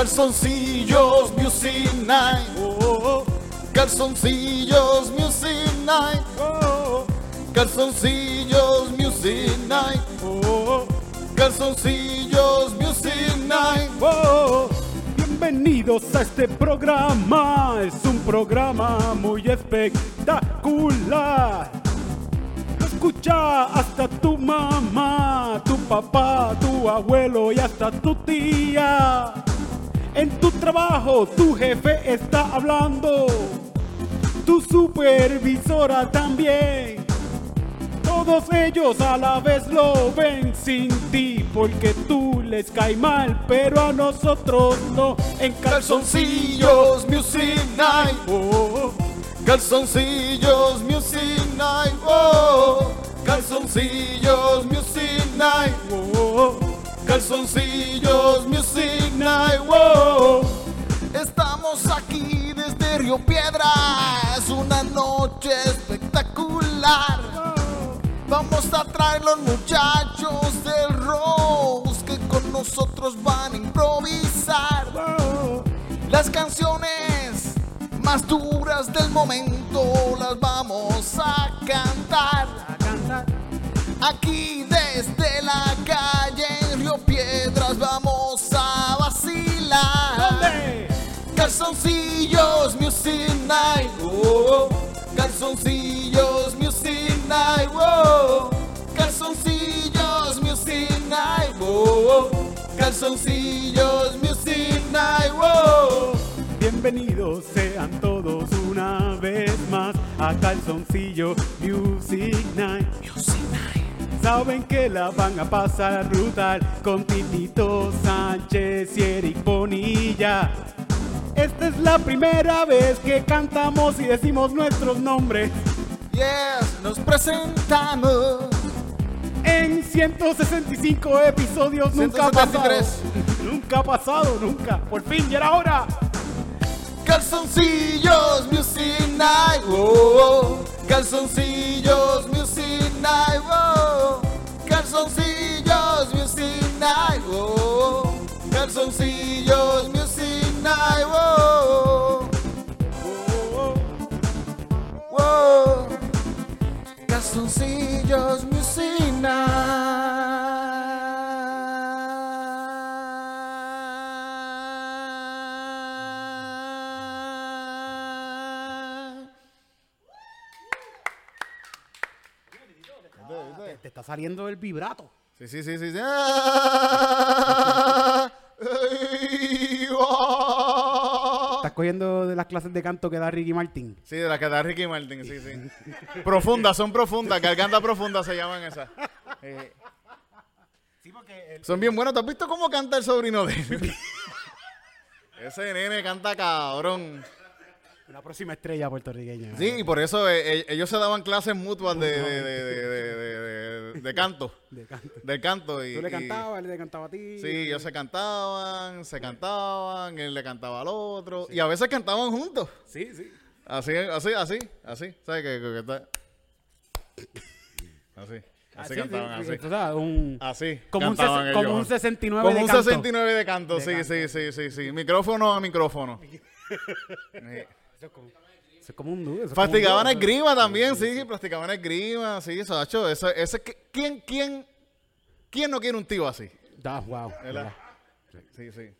Calzoncillos Music Night. Calzoncillos Music Night. Calzoncillos Music Night. Calzoncillos Music Night. Bienvenidos a este programa, es un programa muy espectacular. Lo Escucha hasta tu mamá, tu papá, tu abuelo y hasta tu tía. En tu trabajo tu jefe está hablando, tu supervisora también. Todos ellos a la vez lo ven sin ti porque tú les cae mal, pero a nosotros no. En calzoncillos, Calzoncillos Music Night. oh, Calzoncillos Music Night. Oh, calzoncillos Music Night. oh, Calzoncillos Music Night. Wow. oh. Estamos aquí desde Río Piedras, una noche espectacular. oh. Vamos a traer los muchachos del Rose que con nosotros van a improvisar. oh. Las canciones más duras del momento las vamos a cantar. A cantar. Aquí desde la calle en Río Piedras vamos a vacilar. ¿Dónde? Calzoncillos Music Night. Oh, calzoncillos Music Night. Oh, calzoncillos Music Night. Oh, calzoncillos Music Night. Oh. Bienvenidos sean todos una vez más a Calzoncillo Music Night. Saben que la van a pasar brutal con Titito Sánchez y Eric Bonilla. Esta es la primera vez que cantamos y decimos nuestros nombres Yes, nos presentamos. en 165 episodios. Nunca ha pasado. 173. Nunca ha pasado, nunca. Por fin, ya era hora. Calzoncillos Music Night. Oh, oh. calzoncillos Music Night. Oh, oh. calzoncillos Music Night. Oh, oh. calzoncillos Music Night. Oh, oh. Oh, oh. calzoncillos Music Night. Te, te está saliendo el vibrato. Sí, sí, sí, sí. sí. Ah. Estás cogiendo de las clases de canto que da Ricky Martin. Sí, de la que da Ricky Martin, sí, sí. Profundas, son profundas, garganta profunda se llaman esas. Eh, Sí, porque son bien buenas. ¿Tú has visto cómo canta el sobrino de él? Ese nene canta cabrón. una próxima estrella puertorriqueña. Sí, y por eso eh, eh, ellos se daban clases mutuas de, de, de, de, de- de- de- de canto. De canto. Del canto. Y, Tú le y- cantabas, él le cantaba a ti. Sí, ellos se cantaban, se cantaban, él le cantaba al otro. Y a veces cantaban juntos. Sí, sí. Así, así, así, así. ¿Sabes qué? Que está... Así. Ah, Así sí, cantaban, sí, sí. así. Tú sabes, un- Así. Como un, cantaban ses- ellos. como un 69 Como de un canto. 69 de canto, De sí, canto. sí, sí, sí, sí. Micrófono a micrófono. Sí. Eso es como, eso es como un dúo. eso es como un Practicaban dúo. esgrima también, sí, practicaban esgrima, sí, Sacho. Eso, eso, es que- ¿quién, quién, ¿Quién no quiere un tío así? Da, wow. ¿Verdad? ¿verdad? Sí, sí.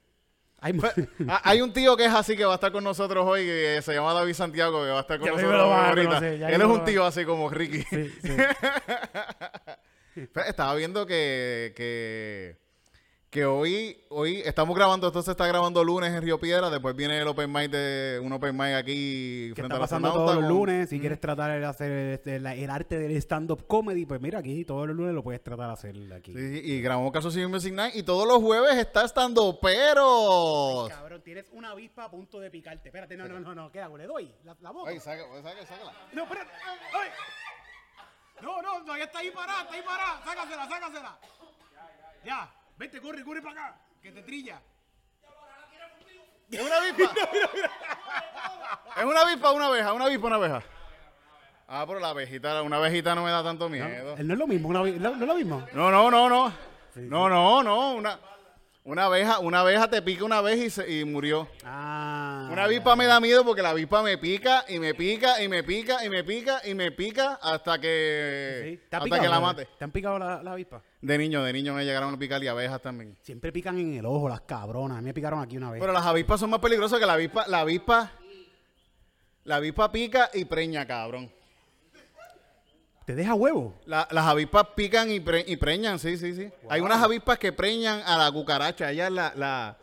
Hay mu- Ah, Hay un tío que es así que va a estar con nosotros hoy, que se llama David Santiago, que va a estar con Ya mismo nosotros lo van a ahorita. conocer, ya Él es mismo un lo tío así como Ricky. Sí, sí. Pero Estaba viendo que, que, que hoy, hoy estamos grabando, esto se está grabando lunes en Río Piedra, después viene el Open Mic de un Open Mic aquí que frente a está la pasando Sonauta todos los con- lunes. Si quieres tratar de hacer este, la- el arte del stand-up comedy, pues mira, aquí todos los lunes lo puedes tratar de hacer aquí. Sí, y grabamos Caso Civil Music Night y todos los jueves está estando peros. Cabrón, tienes una avispa a punto de picarte. Espérate, no, no, no, no, ¿qué hago? ¿Le doy la, la boca? saca, pues, saca, sácala. No, espérate. ¡Ay! No, no, todavía está ahí parada, está ahí parada. Sácasela, sácasela. Ya, vete, corre, corre para acá, que te trilla. Es una avispa. es una avispa, una abeja, una avispa, una abeja. Ah, pero la abejita, una abejita no me da tanto miedo. Él no es lo mismo, una vi- no, no es lo mismo. No, no, no, no. No, no, no. Una, Una abeja, una abeja te pica una vez y, se- y murió. Ah. Una avispa me da miedo porque la avispa me pica y me pica y me pica y me pica y me pica hasta Sí. que ¿Te ha hasta picado, que la brother? mate. ¿Te han picado la, la avispa? De niño, de niño me llegaron a picar y abejas también. Siempre pican en el ojo las cabronas. A mí me picaron aquí una vez. Pero las avispas son más peligrosas que la avispa, la avispa la avispa pica y preña, cabrón. ¿Te deja huevo? La- las avispas pican y, pre- y preñan, sí, sí, sí. Hay unas avispas que preñan a la cucaracha. Ellas la, la,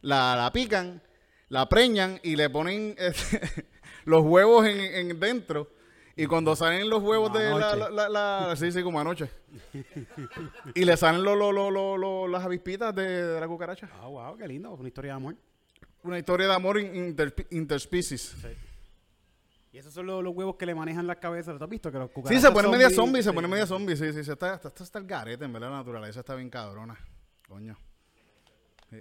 la, la pican, la preñan y le ponen este, los huevos en, en dentro. Y cuando salen los huevos Como de la, anoche. la- la- la- Sí, sí, como anoche. y le salen lo- lo- lo- lo- lo- las avispitas de, de la cucaracha. Ah, wow, qué lindo. Una historia de amor. Una historia de amor in- interspe- interspecies. Y esos son los, los huevos que le manejan las cabezas. ¿Lo has visto? Que los Sí, cucarachas se pone media zombies- zombie, se sí. pone media zombie, sí, sí, se está, está, está- está el garete, en verdad, la naturaleza está bien cabrona, coño. Sí.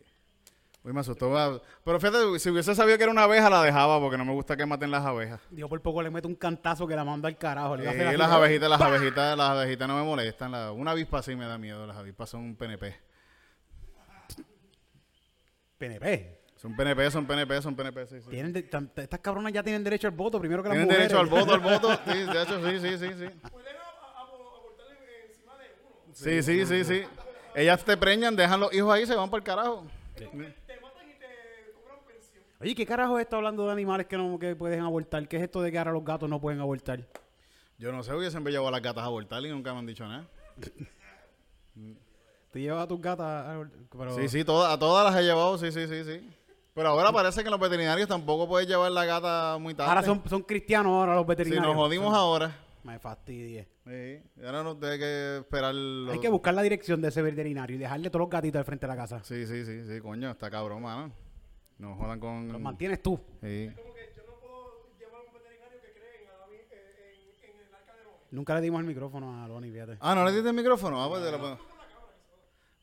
Uy, me asustó, va. pero fíjate, si hubiese sabido que era una abeja, la dejaba, porque no me gusta que maten las abejas. Dios por poco le mete un cantazo que la manda al carajo. le va a hacer Eh, así, las ¿no? abejitas, las abejitas, las abejitas no me molestan, la- una avispa sí me da miedo, las avispas son un PNP, PNP. son PNP, son PNP, son PNP, sí, sí. Tienen de- tan- estas cabronas ya tienen derecho al voto primero que las Tienen mujeres. derecho al voto, al voto, sí, de hecho, sí, sí, sí, sí. Sí, sí, sí, sí. Ellas te preñan, dejan los hijos ahí, se van para el carajo. Oye, ¿qué carajo es esto hablando de animales que no que pueden abortar? ¿Qué es esto de que ahora los gatos no pueden abortar? Yo no sé, hubiesen llevado a las gatas a abortar y nunca me han dicho nada. Te llevas a tus gatas a abort- pero Sí, sí, toda- a todas las he llevado, sí, sí, sí, sí. Pero ahora parece que los veterinarios tampoco pueden llevar la gata muy tarde. Ahora son, son cristianos ahora los Si veterinarios. nos jodimos ahora. Me fastidie. Sí, ahora no tengo que esperar. los- Hay que buscar la dirección de ese veterinario y dejarle todos los gatitos al frente de la casa. Sí, sí, sí, sí, coño, está cabrón, mano. No jodan con... Los mantienes tú. Sí. Nunca le dimos el micrófono a Loni, fíjate. Ah, ¿no le diste el micrófono? Ah, pues te lo puedo-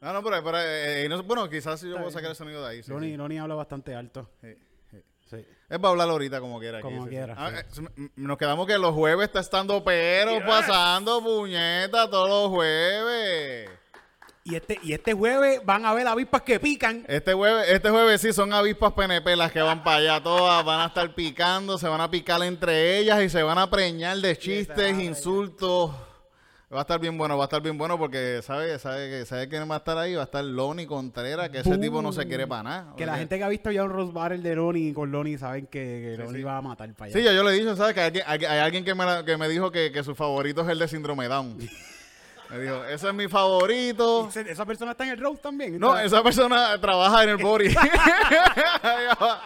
No, no, pero, pero, eh, eh, no- bueno, quizás yo puedo sacar el sonido de ahí. sí, Loni, sí. Loni habla bastante alto. Sí. Sí. Es para hablar ahorita como quiera. aquí, Como sí, sí. quiera, Ah, sí. eh, se me- m- nos quedamos que los jueves está estando pero pasando, puñeta, todos los jueves. Y este, y este jueves van a ver avispas que pican. Este jueves, este jueves sí son avispas PNP las que van para allá todas, van a estar picando, se van a picar entre ellas y se van a preñar de chistes, insultos. Va a estar bien bueno, va a estar bien bueno porque sabe, sabe que sabe quién va a estar ahí, va a estar Loni Contreras, que ese Boom. tipo no se quiere para nada. Que O la sea, gente que ha visto ya un Rose Barrel de Loni con Loni saben que, que Loni sí. va a matar para allá. Sí, ya yo le he dicho, ¿sabes? Que hay, alguien- hay- hay alguien que me, la- que me dijo que, que su favorito es el de Síndrome Down. me dijo, ese es mi favorito. Ese- Esa persona está en el Rose también. No, Está- esa persona trabaja en el body.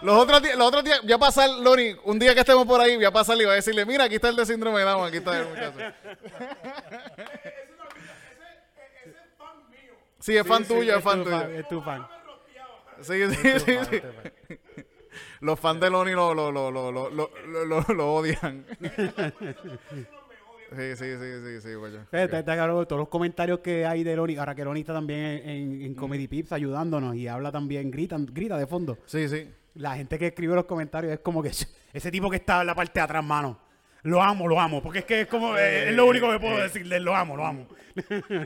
los otros días, los otros días, voy a pasar, Lori, un día que estemos por ahí, voy a pasar y voy a decirle, mira, aquí está el de Síndrome Down, aquí está el muchacho. Sí, es fan Sí, tuyo, es tu fan tuyo. Es tu fan. Sí, sí, sí, sí. Los fans de Loni lo, lo, lo, lo, lo, lo, lo- lo- lo odian. Sí, sí, sí, sí, sí, coño. Fíjate, está cabrón, todos los comentarios que hay de Loni. Ahora que Loni está también en, en- Mm. en Comedy Pips ayudándonos y habla también, gritan, grita de fondo. Sí, sí. La gente que escribe los comentarios es como que ese tipo que está en la parte de atrás, mano. Lo amo, lo amo. Porque es que es como, eh, es lo único que puedo decirle, lo amo, lo amo.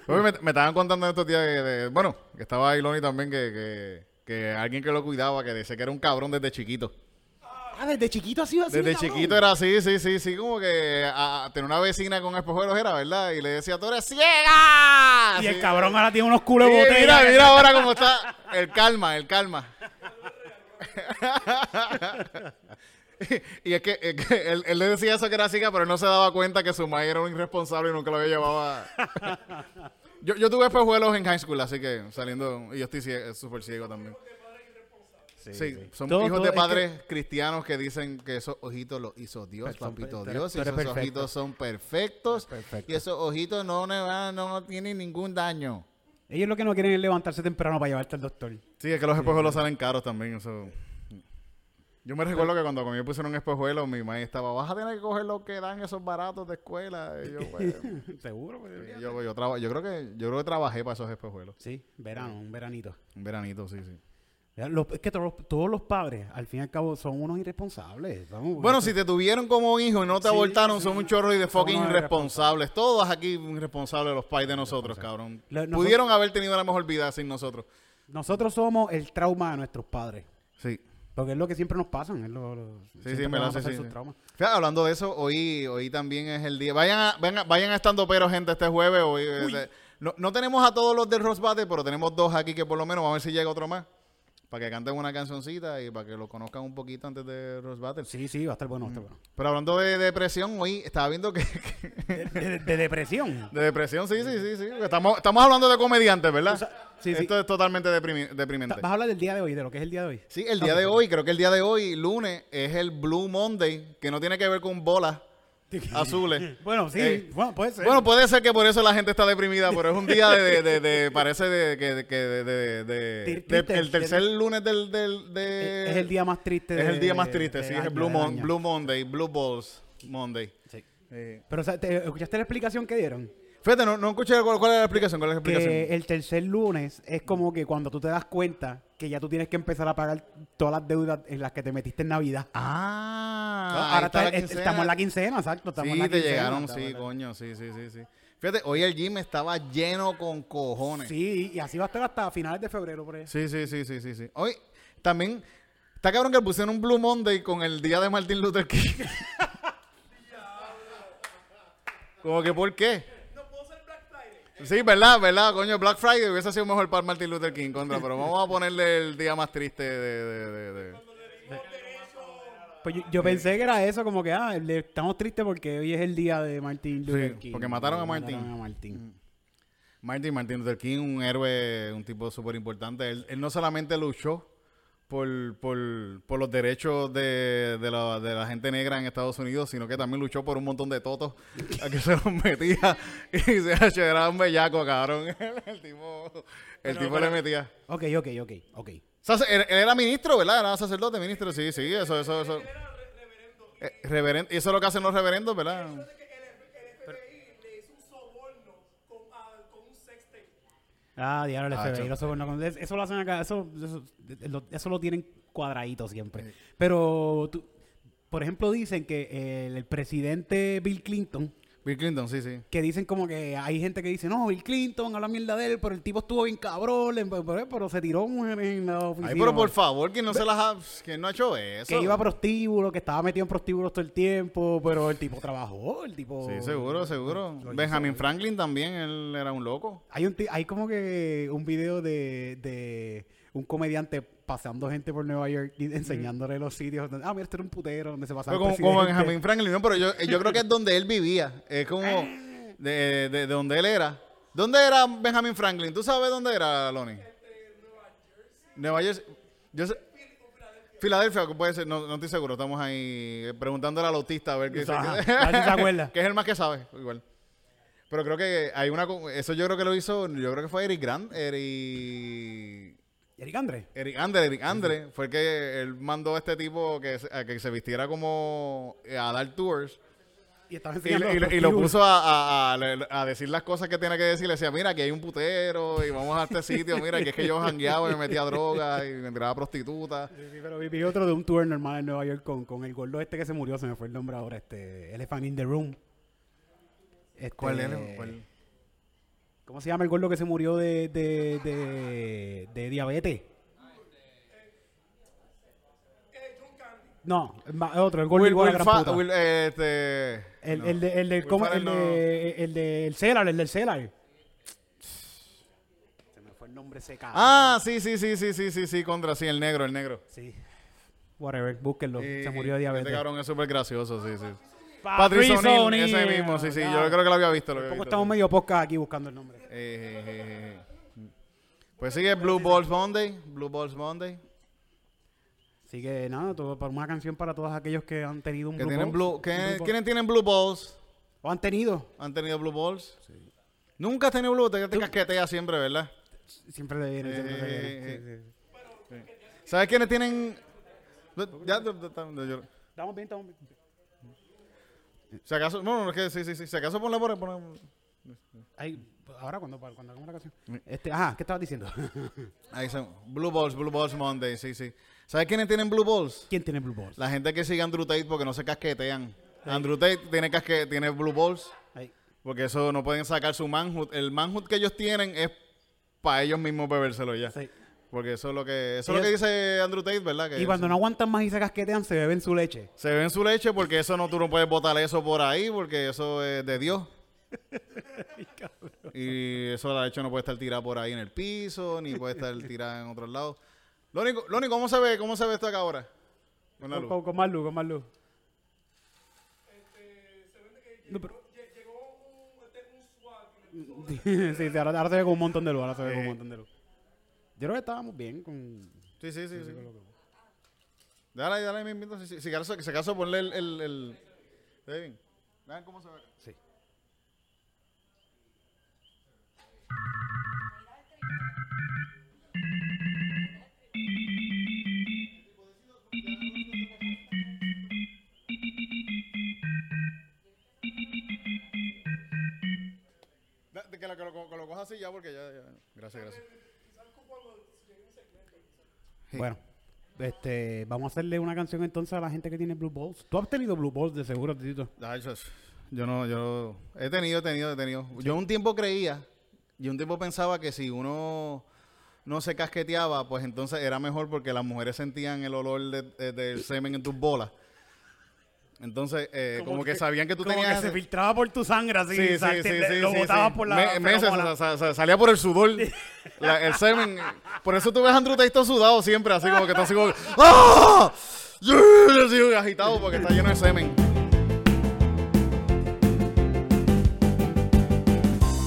Oye, me, me estaban contando estos días que, de- bueno, que estaba ahí Loni también, que, que, que alguien que lo cuidaba, que decía que era un cabrón desde chiquito. Ah, desde chiquito ha sido así. Desde cabrón. chiquito era así, sí, sí, sí, como que a, a- tener una vecina con espejuelos era, ¿verdad? Y le decía, tú eres ciega. Y Sí. el cabrón ahora tiene unos Sí, culos de botella. mira, mira ahora cómo está. El calma, el calma. y es que, es que él, él le decía eso que era ciega, pero él no se daba cuenta que su madre era un irresponsable y nunca lo había llevado a... yo, yo tuve espejuelos en high school, así que saliendo... Y yo estoy cie- eh, súper ciego también. Sí, son Todo- hijos todo- de es que- padres cristianos que dicen que esos ojitos los hizo Dios, Pero Pues son papito per- tú eres- Dios, y tú eres esos perfecto. ojitos son perfectos, Perfecto. y esos ojitos no, le van- no tienen ningún daño. Ellos lo que no quieren es levantarse temprano para llevarte al doctor. Sí, es que los espejuelos salen caros también, eso. Yo me recuerdo que cuando a mí me pusieron espejuelos, mi mamá estaba, vas a tener que coger lo que dan esos baratos de escuela. Y yo, pues, Seguro, pues, yo, yo, traba- yo creo que, yo creo que trabajé para esos espejuelos. Sí, verano, un veranito. Un veranito, sí, sí. Ya, los- es que todos, los- todos los padres, al fin y al cabo, son unos irresponsables. son- Bueno, si te tuvieron como hijo y no te Sí, abortaron, sí. son un chorro y de Son fucking unos irresponsables. Todos aquí irresponsables los pais de nosotros, cabrón. Lo- nosotros- Pudieron haber tenido la mejor vida sin nosotros. Nosotros somos el trauma de nuestros padres. Sí. Porque es lo que siempre nos pasan. Es lo, lo- Sí, siempre sí, nos me van lo a hace, pasar sí, sus sí. traumas. Fíjate, hablando de eso, hoy, hoy también es el día. Vayan, a- vayan, a- vayan a estando pero, gente, este jueves. Hoy, eh, de- no, no tenemos a todos los del Rosbate, pero tenemos dos aquí que por lo menos, vamos a ver si llega otro más. Para que canten una cancioncita y para que lo conozcan un poquito antes de Rosbate. Sí, sí, va a estar bueno, va a estar bueno. Pero hablando de depresión, hoy estaba viendo que... que- De, de- de depresión. de depresión, sí, sí, sí, sí. porque Estamos, estamos hablando de comediantes, ¿verdad? O sea, sí, sí. Esto es totalmente deprimi- deprimente. Ta- Vas a hablar del día de hoy, de lo que es el día de hoy. Sí, el día de hoy, creo que el día de hoy, lunes, es el Blue Monday, que no tiene que ver con bolas azules. Bueno, sí, Eh, bueno, puede ser. Bueno, puede ser que por eso la gente está deprimida, pero es un día de, de- de- de- parece de, que- de- que de- de- de- Tri- de- triste. E-, el tercer lunes del, del- de- es, es el día más triste. pues, es el de- día más de- triste, de sí, año, es el Blue, de Mon- año. Blue Monday, Blue Balls Monday. Sí. Eh, Pero, o sea, ¿te- ¿escuchaste la explicación que dieron? fíjate, no, no escuché cuál, cuál es la explicación, cuál es la explicación. Que el tercer lunes es como que cuando tú te das cuenta que ya tú tienes que empezar a pagar todas las deudas en las que te metiste en Navidad. Ah, ahí Ahora está la está- quincena. estamos en la quincena, exacto. Estamos en Sí, la te quincena, llegaron, estamos sí, en la- coño, sí, sí, sí, sí. Fíjate, hoy el gym estaba lleno con cojones. Sí, y así va a estar hasta finales de febrero, por eso. Sí, sí, sí, sí, sí, sí. Hoy también está cabrón que pusieron un Blue Monday con el día de Martin Luther King. Como que por qué? Sí, verdad, verdad, coño, Black Friday hubiese sido mejor para Martin Luther King contra, pero vamos a ponerle el día más triste de, de- de- de- Pues yo, yo pensé que era eso, como que, ah, le- estamos tristes porque hoy es el día de Martín Luther Sí, King. porque mataron a Mm. Martin. Mataron a Martin. Martin, Martin Luther King, un héroe, un tipo súper importante. Él, él no solamente luchó por, por, por los derechos de, de la, de la gente negra en Estados Unidos, sino que también luchó por un montón de totos a que se los metía y se hacho, era un bellaco, cabrón. El tipo, el tipo le metía. Ok, ok, ok, ok. Sace- él, él era ministro, ¿verdad? Era sacerdote, ministro, sí, sí, eso, eso, eso. Eh, reverendo. Eso es lo que hacen los reverendos, ¿verdad? Ah, diablo, el Ah, FBI, yo- los sobornos con- es- Eso lo hacen acá, eso, eso, eh, lo, eso lo tienen cuadradito siempre. Pero, tú- por ejemplo, dicen que eh, el, el presidente Bill Clinton, Bill Clinton, sí, sí. que dicen como que hay gente que dice, no, Bill Clinton, habla mierda de él, pero el tipo estuvo bien cabrón, le- pero, pero se tiró mujeres en la oficina. Ay, pero por favor, que no se las ha, que no ha hecho eso. que iba a prostíbulo, que estaba metido en prostíbulos todo el tiempo, pero el tipo trabajó, el tipo... Sí, seguro, seguro. Benjamin Franklin también, él era un loco. Hay, un ti- hay como que un video de, de un comediante pasando gente por Nueva York y enseñándole los sitios. donde, ah, mira, este era un putero donde se pasaba Pero el como, como presidente". Benjamin Franklin, no, pero yo, eh, yo creo que es donde él vivía. Es como Ah. de, de- de donde él era. ¿Dónde era Benjamin Franklin? ¿Tú sabes dónde era, Lonnie? Este, Nueva Jersey. Yo sé- Filadelfia, que puede ser, no, no estoy seguro. Estamos ahí preguntándole al autista a ver qué dice. Ajá, a ver si se acuerda. que es el más que sabe, igual. Pero creo que hay una. co- Eso yo creo que lo hizo. Yo creo que fue Eric Grant. Eric. Eric Andre. Eric Andre, Eric Andre, fue el que él mandó a este tipo que se, a que se vistiera como eh, a dar tours Y, estaba y, enseñando y- los y lo prostíbulos. puso a, a- a- a decir las cosas que tiene que decir. Le decía, mira, aquí hay un putero y vamos a este sitio. Mira, que es que yo jangueaba y me metía droga y me tiraba prostituta. Sí, sí, pero vi, vi otro de un tour normal en Nueva York con, con el gordo este que se murió, se me fue el nombre ahora, este Elephant in the Room. Este, ¿Cuál era? ¿Cuál? ¿Cómo se llama el gordo que se murió de, de, de, de diabetes? No, el ma- otro, el gordo Will, igual a Will gran Fa- puta. Will, eh, este, El, no. el, de, el, del- Will ¿cómo? Farrell el, de, el de- el Cellar, el del Cellar. Se me fue el nombre ese cabrón. Ah, sí, sí, sí, sí, sí, sí, sí, contra, sí, el negro, el negro. Sí. Whatever, búsquenlo. Y- se murió Este de diabetes. cabrón es súper gracioso, sí, sí. Patricio Patricio O'Neill, O'Neill. ese mismo, sí, sí, Ya. yo creo que lo había visto. Lo había Tampoco visto, estamos sí. medio podcast aquí buscando el nombre. Eh, Pues sí, es Blue Balls Monday. Blue Balls Monday. Así que nada, todo, para una canción para todos aquellos que han tenido un Que blue tienen balls, blue, un ¿qué- blue ball. ¿Quiénes tienen Blue Balls? O han tenido. ¿Han tenido Blue Balls? Nunca has tenido Blue Balls, te, te casqueteas siempre, ¿verdad? Siempre te vienen, siempre te Eh, vienen. sí, sí. ¿Sabes quiénes tienen...? Ya, ya, ya, ya, Estamos bien, estamos bien. si acaso, bueno, es que sí, sí, sí, si acaso ponla por ahí, ponla- Ay, ahora cuando, cuando hagamos la Mm. canción. Este, ajá, ¿qué estabas diciendo? Ahí son, Blue Balls, Blue Balls Monday, sí, sí. ¿Sabes quiénes tienen Blue Balls? ¿Quién tiene Blue Balls? La gente que sigue a Andrew Tate porque no se casquetean. Andrew Tate tiene, casque, tiene Blue Balls. Ahí. Porque eso no pueden sacar su manhood. El manhood que ellos tienen es para ellos mismos bebérselo ya. Sí. Porque eso es lo que, eso es lo Ellos- que dice Andrew Tate, ¿verdad? Que Y cuando no aguantan más y se casquetean, se beben su leche. Se ven su leche porque eso no, tú no puedes botar eso por ahí porque eso es de Dios. y eso la leche no puede estar tirada por ahí en el piso, ni puede estar tirada en otros lados. Lo único, lo único, ¿cómo se ve? ¿Cómo se ve esto acá ahora? Con la Con, luz. con- con más luz, con más luz. No, pero- sí, sí, ahora, ahora se ve con un montón de luz, ahora se ve Eh. con un montón de luz. Yo creo que estábamos bien con... Sí, sí, sí. sí. Dale, ahí, dale, ahí mismito. Si, si, si acaso, si acaso ponle el... el, el... ¿Se ve bien? Vean cómo se ve. Sí. Da- Que lo, que lo, que lo cojas así ya porque ya... ya. Gracias, gracias. Bueno, este, vamos a hacerle una canción entonces a la gente que tiene Blue Balls. Tú has tenido Blue Balls de seguro, Tito. Ay, yo- Ah, yo no, yo he tenido, he tenido, he tenido. Yo un tiempo creía, yo un tiempo pensaba que si uno no se casqueteaba, pues entonces era mejor porque las mujeres sentían el olor de- de- del semen en tus bolas. Entonces, eh, como, que, sabían que tú como tenías... que se filtraba por tu sangre así, Sí, sí, sal- sí, te- sí, lo sí, botabas sí. por la Me- meses, feromona. sa- sa- sa- salía por el sudor, la- el semen. Por eso tú ves a Andrew Tate todo sudado siempre, así como que está así como... que, ¡Ah! Yeah", así, agitado porque está lleno de semen.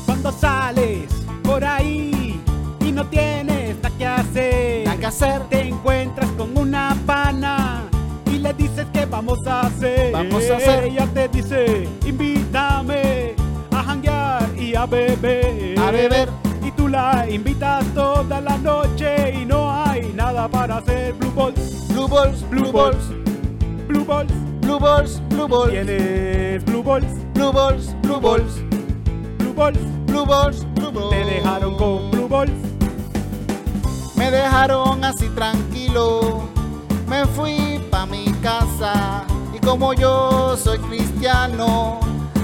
Cuando sales por ahí y no tienes nada que hacer, Nada que hacer. te encuentras con una pana y le dices que vamos a hacer. Vamos a hacer. Ella te dice, invítame a janguear y a beber. A beber. Y tú la invitas toda la noche y no hay nada para hacer. Blue balls, Blue balls, blue balls, blue balls. Blue balls, blue balls. Tienes blue balls, Blue balls, blue balls. blue balls. Blue balls, blue balls. Te dejaron con blue balls. Me dejaron así tranquilo. Me fui pa mi casa y como yo soy cristiano,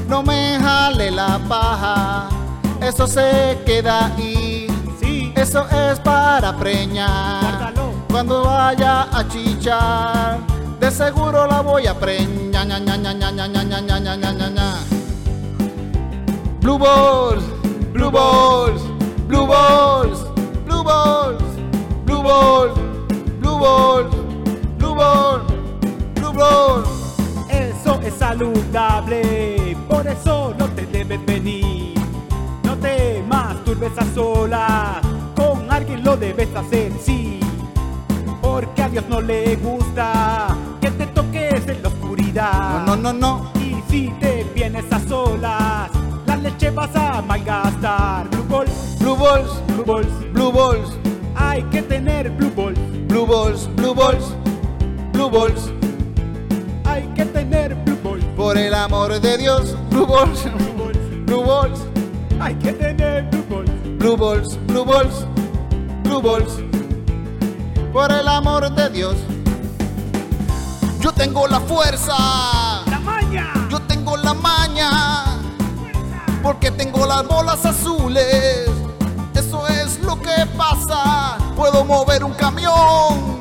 no me jale la paja. Eso se queda ahí. Sí. Eso es para preñar. Guárdalo. Cuando vaya a chichar, de seguro la voy a preñar. ña, ña, ña, ña, ña, ña, ña, ña, ña, ña, ña, ña. Blue balls, blue balls, blue balls, blue balls, blue balls, blue balls, blue balls, blue balls. Eso es saludable, por eso no te debes venir. No te masturbes a sola, con alguien lo debes hacer, sí. Porque a Dios no le gusta que te toques en la oscuridad. No, no, no, no. Y si te vienes a solas, la leche vas a malgastar. Blue balls, Blue balls, blue balls, blue balls, hay que tener blue balls, blue balls, blue balls, blue balls. hay que tener blue balls, Por el amor de Dios, blue balls, blue balls, blue balls. hay que tener blue balls. Blue balls, blue balls, blue balls. Por el amor de Dios. Yo tengo la fuerza, ¡La maña! yo tengo la maña, porque tengo las bolas azules. Eso es lo que pasa. Puedo mover un camión,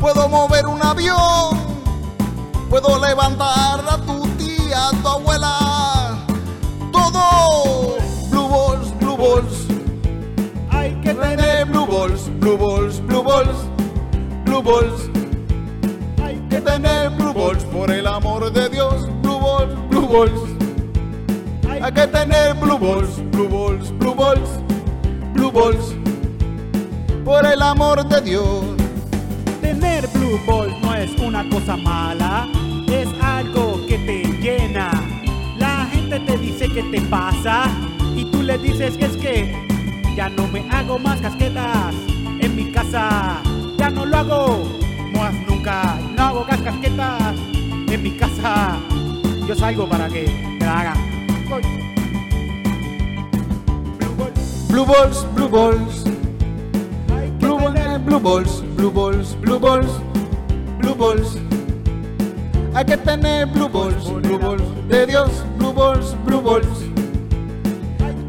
puedo mover un avión, puedo levantar a tu tía, a tu abuela. Todo. Blue balls, blue balls. Hay que Tener tener, blue balls, blue balls, blue balls, blue balls. hay Que que tener blue balls, por el amor de Dios, blue balls, blue balls. hay Hay que tener blue balls, blue balls, blue balls, blue balls. Por el amor de Dios. que tener blue balls no es una cosa mala, es algo que te llena. La gente te dice que te pasa y tú le dices que es que ya no me hago más casquetas en mi casa, ya no lo hago más nunca, no hago más casquetas en mi casa. Yo salgo para que te la hagan. Gol. Blue balls, Blue balls, blue balls, hay que blue tener balls, blue balls, blue balls, blue balls, blue balls. Hay que tener blue balls, blue balls de Dios, blue balls, blue balls.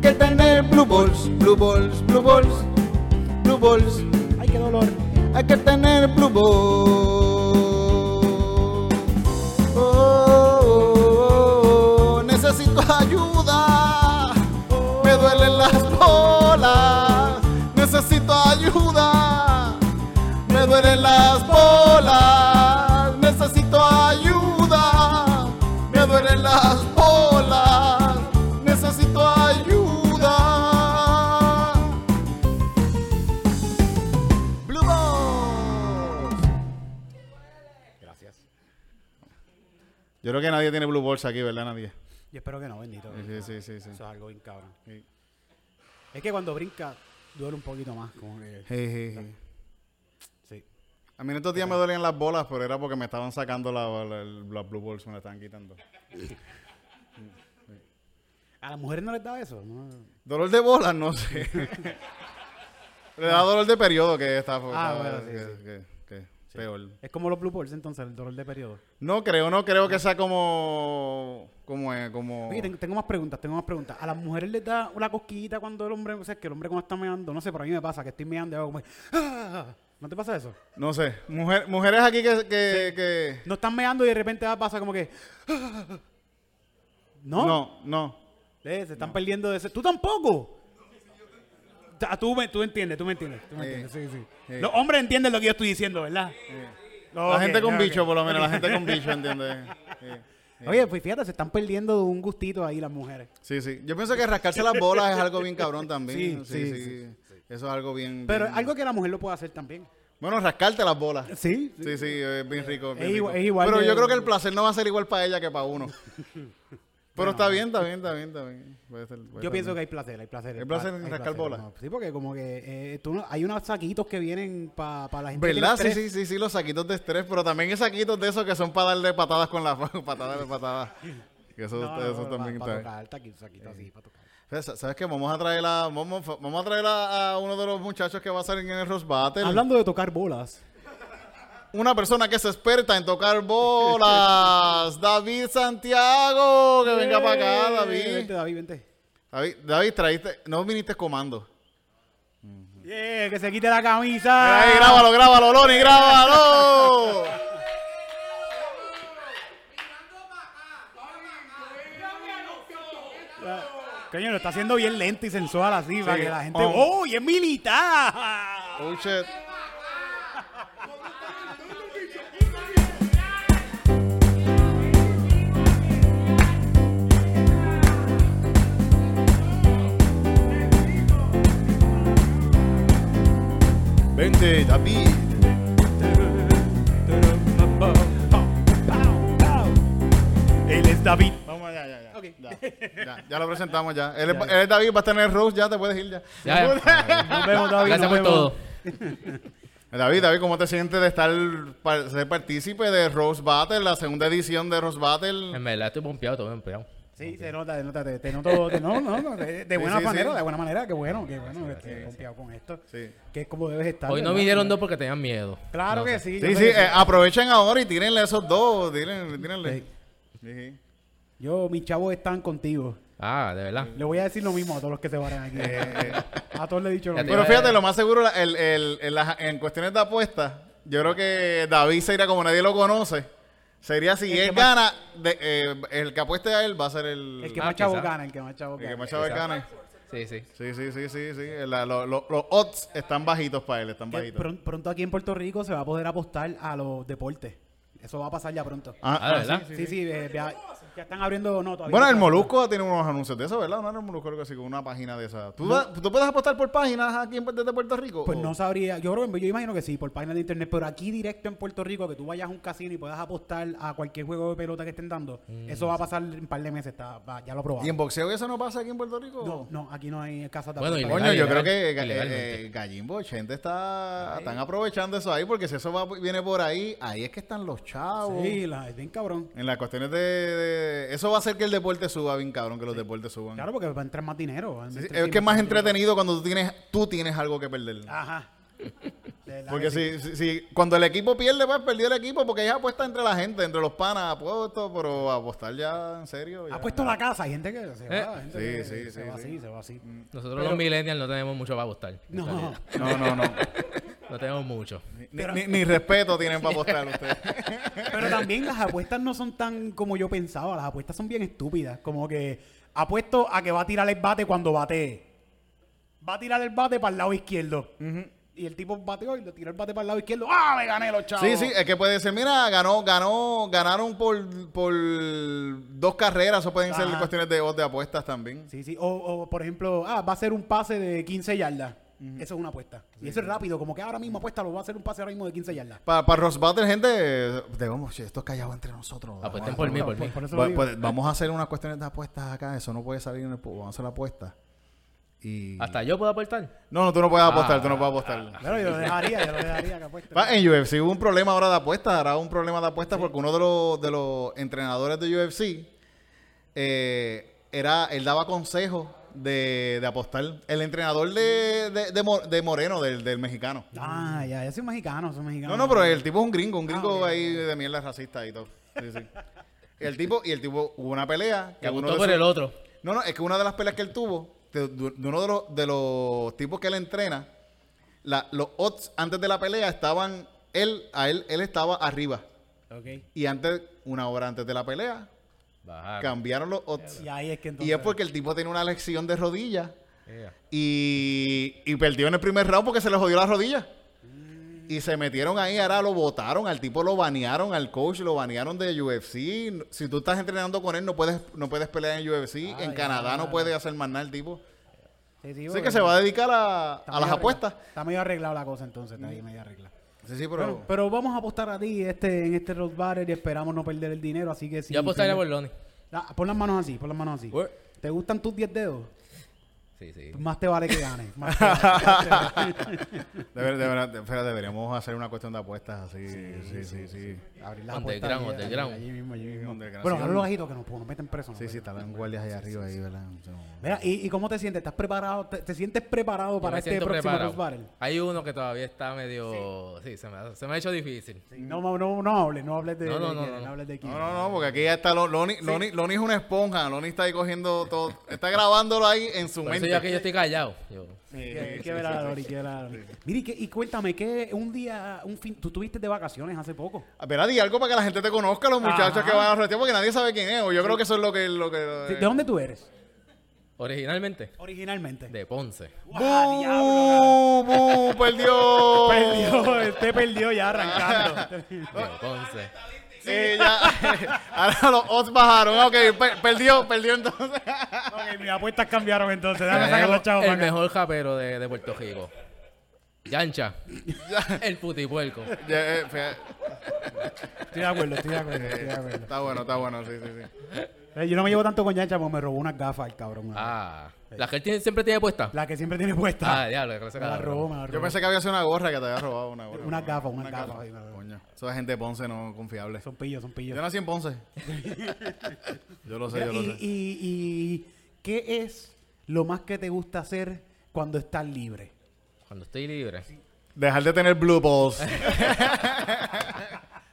que tener blue balls, blue balls, blue balls, blue balls. qué dolor. Hay que tener Blue Ball. Oh, oh, oh, necesito ayuda. Me duelen las bolas. Necesito ayuda. Me duelen las bolas. Necesito ayuda. Me duelen las bolas. Necesito ayuda. Blue Balls. Gracias. Yo creo que nadie tiene Blue Balls aquí, ¿verdad? Nadie. Yo espero que no, bendito. Sí, sí, sí, sí. Eso es algo bien cabrón. Sí. Es que cuando brinca, duele un poquito más. Como que, Sí, sí, sí. sí. A mí en estos días me dolían las bolas, pero era porque me estaban sacando la- la- el- las Blue Balls, me las estaban quitando. A las mujeres no les da eso. ¿no? Dolor de bolas, no sé. Le da dolor de periodo que está. Ah, bueno, sí, que- sí. que- que Peor. Es como los Blue Balls, entonces, el dolor de periodo. No creo, no creo que sea como. Como. eh, como... Oye, tengo, tengo más preguntas, tengo más preguntas. A las mujeres les da una cosquillita cuando el hombre, o sea, que el hombre como está meando, no sé, pero a mí me pasa que estoy meando y hago como, ¡Ah! ¿no te pasa eso? No sé. Mujer- mujeres aquí que. que, que- No están meando y de repente ah, pasa como que, ¡Ah! ¿no? No, no. Eh, se están perdiendo de ese, tú tampoco. Ta- Tú me, tú me entiendes, tú me entiendes, tú me Eh, entiendes, sí, sí. eh. Los hombres entienden lo que yo estoy diciendo, ¿verdad? La gente con bicho, pues. por boludo. lo menos, la gente con bicho, ¿entiendes? Sí, Oye, pues fíjate, se están perdiendo de un gustito ahí las mujeres. Sí, sí. Yo pienso que rascarse las bolas es algo bien cabrón también. Sí, Sí, sí, sí. Eso es algo bien. Pero bien- algo que la mujer lo puede hacer también. Bueno, rascarte las bolas. Sí, Sí, sí, es bien rico. bien Es igual- rico. es igual Pero de- yo creo que el placer no va a ser igual para ella que para uno. Pero está bien, está bien, está bien, está bien. Puede ser- puede Yo ser pienso que bien. hay placer, hay placer. Pues ¿Hay placer pla- en hay rascar bolas? no. Sí, porque como que eh, tú no- hay unos saquitos que vienen para la gente. que ¿Verdad? tiene Sí, sí, sí, sí, los saquitos de estrés, pero también hay saquitos de esos que son para darle patadas con la patadas de patadas. Que eso, estrés. No, no, eso no, también pa- pa está. tocar, taqui- saquito así, pa' tocar. Pero, sa- ¿Sabes qué? Vamos a traer a, vamos, vamos a, traer a, a uno de los muchachos que va a salir en el Rose Battle. Hablando de tocar bolas. Una persona que es experta en tocar bolas. David Santiago. Que venga para acá, Eh, David. Vente, David, vente. David, David, traíste, no viniste comando. Yeah, que se quite la camisa. Ahí, grábalo, grábalo, Loni, grábalo. Coño, lo está haciendo bien lento y sensual así para que la gente. on. ¡Oh, y es militar! Oh shit. Vente, David. Él es David. Vamos allá, ya, ya. Ok. Ya, ya, ya lo presentamos ya. Él es, él es David, va a tener Rose, ya te puedes ir ya. Ya, Nos vemos, David. Gracias nos vemos. por todo. David, David, ¿cómo te sientes de estar par- ser partícipe de Rose Battle, la segunda edición de Rose Battle? En verdad estoy pompeado, estoy pompeado. Sí, se nota, se nota, te, te noto, te- no, no, no, de, de Sí, buena sí, manera, sí. de buena manera, qué bueno, qué bueno, que estés confiado con esto, Sí. que es como debes estar. Hoy no ¿verdad? vinieron dos porque tenían miedo. Claro No que sé. sí. yo Sí, sé sí, que eh, aprovechen ahora y tírenle a esos dos, tírenle, tírenle. Sí. Sí, sí. Yo, mis chavos están contigo. Ah, de verdad. Le voy a decir lo mismo a todos los que se vayan Eh, aquí. a todos les he dicho lo Ya mismo. Pero fíjate, lo más seguro, la- el- el- en, las- en cuestiones de apuestas, yo creo que David sería como nadie lo conoce. Sería si El que él más- gana, de- eh, el que apueste a él va a ser el, El que Ah, más chavos quizá. gana, el que más el chavos que gana. más chavos Exacto. gane. Sí, sí. Sí, sí, sí, sí, sí. La- lo- lo- los odds están bajitos para él, están Que bajitos. pron- pronto aquí en Puerto Rico se va a poder apostar a los deportes. Eso va a pasar ya pronto. Ah, Ah, ah, de verdad. sí, sí, eh, ya, ya están abriendo, no, todavía Bueno, no el está- Molusco tiene unos anuncios de eso, ¿verdad? No era el Molusco, algo así, con una página de esa. ¿Tú, da- ¿Tú puedes apostar por páginas aquí en, desde Puerto Rico? Pues ¿O- no sabría, yo creo, yo imagino que sí, por páginas de internet, pero aquí directo en Puerto Rico, que tú vayas a un casino y puedas apostar a cualquier juego de pelota que estén dando, eso va a pasar en un par de meses, está, va, ya lo probamos. Mm. ¿Y en boxeo eso no pasa aquí en Puerto Rico? No, no, aquí no hay casas de Bueno, y apuestas. Coño, yo creo Ilegal, que eh, ilegalmente. eh, Gallimbo Chente está están aprovechando eso ahí porque si eso va- viene por ahí, ahí es que están los chavos. Sí, la- es bien cabrón. En las cuestiones de, de- eso va a hacer que el deporte suba bien cabrón, que los deportes suban. Claro, porque va a entrar más dinero. va a Sí, sí, entrar es que es más siempre. entretenido cuando tú tienes tú tienes algo que perder. Ajá. De verdad Porque que sí. si, si, si- cuando el equipo pierde, pues perdió el equipo, porque hay apuesta entre la gente, entre los panas, apuesto, pero apostar ya en serio. ya. Ha puesto la casa, hay gente que se va, Eh. hay gente Sí, que sí, se sí, Mm. va sí. así, se va así. Nosotros los millennials no tenemos mucho para apostar. en No, No, realidad. no, no. No tenemos mucho. Ni, ni- ni respeto tienen para apostar ustedes. Pero también las apuestas no son tan como yo pensaba. Las apuestas son bien estúpidas. Como que apuesto a que va a tirar el bate cuando batee. Va a tirar el bate para el lado izquierdo. Y el tipo bateó y lo tiró el bate para el lado izquierdo. ¡Ah, me gané los chavos! Sí, eh. sí, es que puede ser, mira, ganó, ganó, ganaron por, por dos carreras, o pueden ser Ajá. cuestiones de voz de apuestas también. Sí, sí. O, o, por ejemplo, ah, va a ser un pase de 15 yardas. Eso es una apuesta. y eso es rápido. Como que ahora mismo apuesta, lo va a hacer un pase ahora mismo de 15 yardas. Para pa Ross Battle, gente, debemos, che, esto es callado entre nosotros. Vamos Apuesten a- por mí, por mí. Ah, Por eso lo Pues- digo. pues vamos a hacer unas cuestiones de apuestas acá, eso no puede salir en el pu- vamos a hacer apuestas. Y... Hasta yo puedo aportar. No, no, tú no puedes apostar, Ah, tú no puedes apostar. Claro, yo lo dejaría, yo lo dejaría que apueste. Va, eh. en UFC hubo un problema ahora de apuestas, ahora hubo un problema de apuestas porque uno de los, de los entrenadores de UFC eh, era, él daba consejos de, de apostar. El entrenador de, de, de Mo- de Moreno, del, del mexicano. Ah, ya, ya soy mexicano, soy mexicano. No, no, pero el tipo es un gringo, Ah, un gringo ok. ahí de mierda racista y todo. Sí, sí. El tipo, y el tipo hubo una pelea. Que uno gustó de por sus- el otro. no, no, es que una de las peleas que él tuvo, de, de uno de los, de los tipos que él entrena, la- los odds antes de la pelea estaban, él, a él, él estaba arriba. Ok. Y antes, una hora antes de la pelea, Bajar. cambiaron los odds. Y ahí es que entonces. Y es porque el tipo tenía una lesión de rodilla Yeah. y, y perdió en el primer round porque se le jodió la rodilla. Y se metieron ahí, ahora lo votaron, al tipo lo banearon, al coach lo banearon de UFC. Si tú estás entrenando con él, no puedes, no puedes pelear en UFC. en ya, Canadá no ya. puede hacer más nada el tipo. Sí, sí, Así porque- que se va a dedicar a, Está a las medio apuestas. arreglado. Está medio arreglado la cosa entonces, está ahí medio arreglado. Sí, sí, pero. Bueno, pero vamos a apostar a ti este, en este Road Battle y esperamos no perder el dinero, así que si... Yo apostaría por tienes- Lonnie. Ah, pon las manos así, pon las manos así. Word. ¿Te gustan tus 10 dedos? Sí, sí. Pues Más te vale que ganes. más te vale, más te vale. pues. Deber- deber- de- espera, deberíamos hacer una cuestión de apuestas así. Sí, sí, sí. Abrir las Underground, puertas allí, underground. allí mismo, allí mismo. Underground. Bueno, Sí, hablo un- bajito que nos, nos meten presos. nos Sí, sí, meten. están los guardias allá arriba, ahí, ¿verdad? No. Mira, ¿y, y cómo te sientes? ¿Estás preparado? ¿Te, te sientes preparado Yo me para este siento próximo preparado. Road Battle? Hay uno que todavía está medio. Sí, se, me ha, se me ha hecho difícil. No, no, no, no hables, no hables de... No, no, de no, quién, no, no. hables de quién. No, no, no, porque aquí ya está Lo- Loni, Loni, Loni es una esponja, Loni está ahí cogiendo todo, está grabándolo ahí en su Por eso mente. yo aquí yo estoy callado. Yo- Qué qué velador y qué velador. Mira, y, qué- y cuéntame, que un día, un fin, tú estuviste de vacaciones hace poco. A ver, Ah, di algo para que la gente te conozca, los muchachos Ajá. que van a retirar, porque nadie sabe quién es, o yo creo que eso es lo que... Lo que eh. ¿De de dónde tú eres? Originalmente, Originalmente. de Ponce. ¡Ah, diablo! ¡Bú! ¡Bú! ¡Perdió! Perdió, te perdió ya arrancando. De Ponce. Sí, Eh, ya. Ahora los odds bajaron. Ok, per- perdió, perdió entonces. ok, mis apuestas cambiaron entonces. Déjame sacar los chavos Tenemos para El acá. mejor japero de, de Puerto Rico. Yancha. El putipuerco. Ya, eh, fea- Estoy de acuerdo, estoy de acuerdo, estoy Eh. de acuerdo. está bueno, está bueno, sí, sí, sí. Eh, yo no me llevo tanto con Yancha porque me robó unas gafas el cabrón. Ah. ¿La que él tiene- siempre tiene puesta? La que siempre tiene puesta. Ah, diablo, gracias me la robó, me cabrón. la robó. Yo pensé que había sido una gorra que te había robado una gorra. Una gafa, una gafa. Coño, esa gente de Ponce no confiable. Son pillos, son pillos. Yo nací en Ponce. Yo lo sé, yo lo y, sé. y- y qué es lo más que te gusta hacer cuando estás libre? Cuando estoy libre. Dejar de tener blue balls.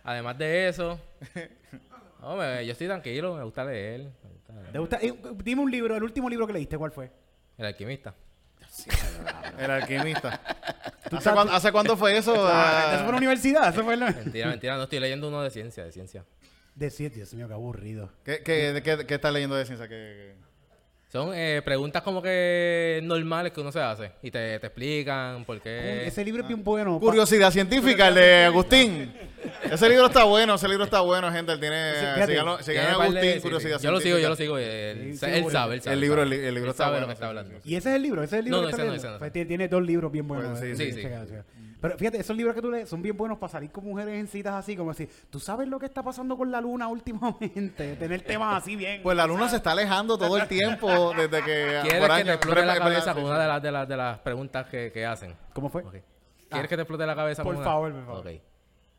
Además de eso. no, me- yo estoy tranquilo, me gusta leer. me gusta- ¿Te gusta? Eh, dime un libro, el último libro que leíste, ¿cuál fue? El alquimista. El alquimista. ¿Hace, cuán- hace cuánto fue eso? Ah, ¿Eso fue en la universidad? ¿Eso fue en la... Mentira, mentira, no estoy leyendo uno de ciencia, de ciencia. De siete, Dios mío, qué aburrido. ¿Qué, qué, qué- qué estás leyendo de ciencia? ¿Qué- Son eh, preguntas como que normales que uno se hace y te, te explican por Eh, qué. Ese libro es bien bueno. qué? pa- Curiosidad científica, el de Agustín. Ese libro está bueno, ese libro está bueno, gente. Él tiene. Fíjate, Síganlo, Tiene síganlo a par de- Agustín, sí, sí. curiosidad Yo lo sigo, yo lo científica. sigo. Él, Sí, él seguro. sabe, él sabe. El él libro- sabe. el libro Él está sabe bueno, lo que está sí, hablando. Y ese es el libro, ese es el libro. No, que no, estás ese no, leyendo? ese no, Pues tiene, tiene dos libros bien buenos. Bueno, sí, eh, sí, eh, sí. checa, checa. Pero fíjate, esos libros que tú lees son bien buenos para salir con mujeres en citas así, como así. ¿Tú sabes lo que está pasando con la luna últimamente? Tener temas así bien. Pues la luna se está alejando todo el tiempo desde que. ¿Quieres por que años. te explote la Prepa- cabeza sí, con sí. una de las, de las, de las preguntas que, que hacen? ¿Cómo fue? Ok. ¿Quieres que te explote la cabeza Ah. por con una? favor, por favor. Ok.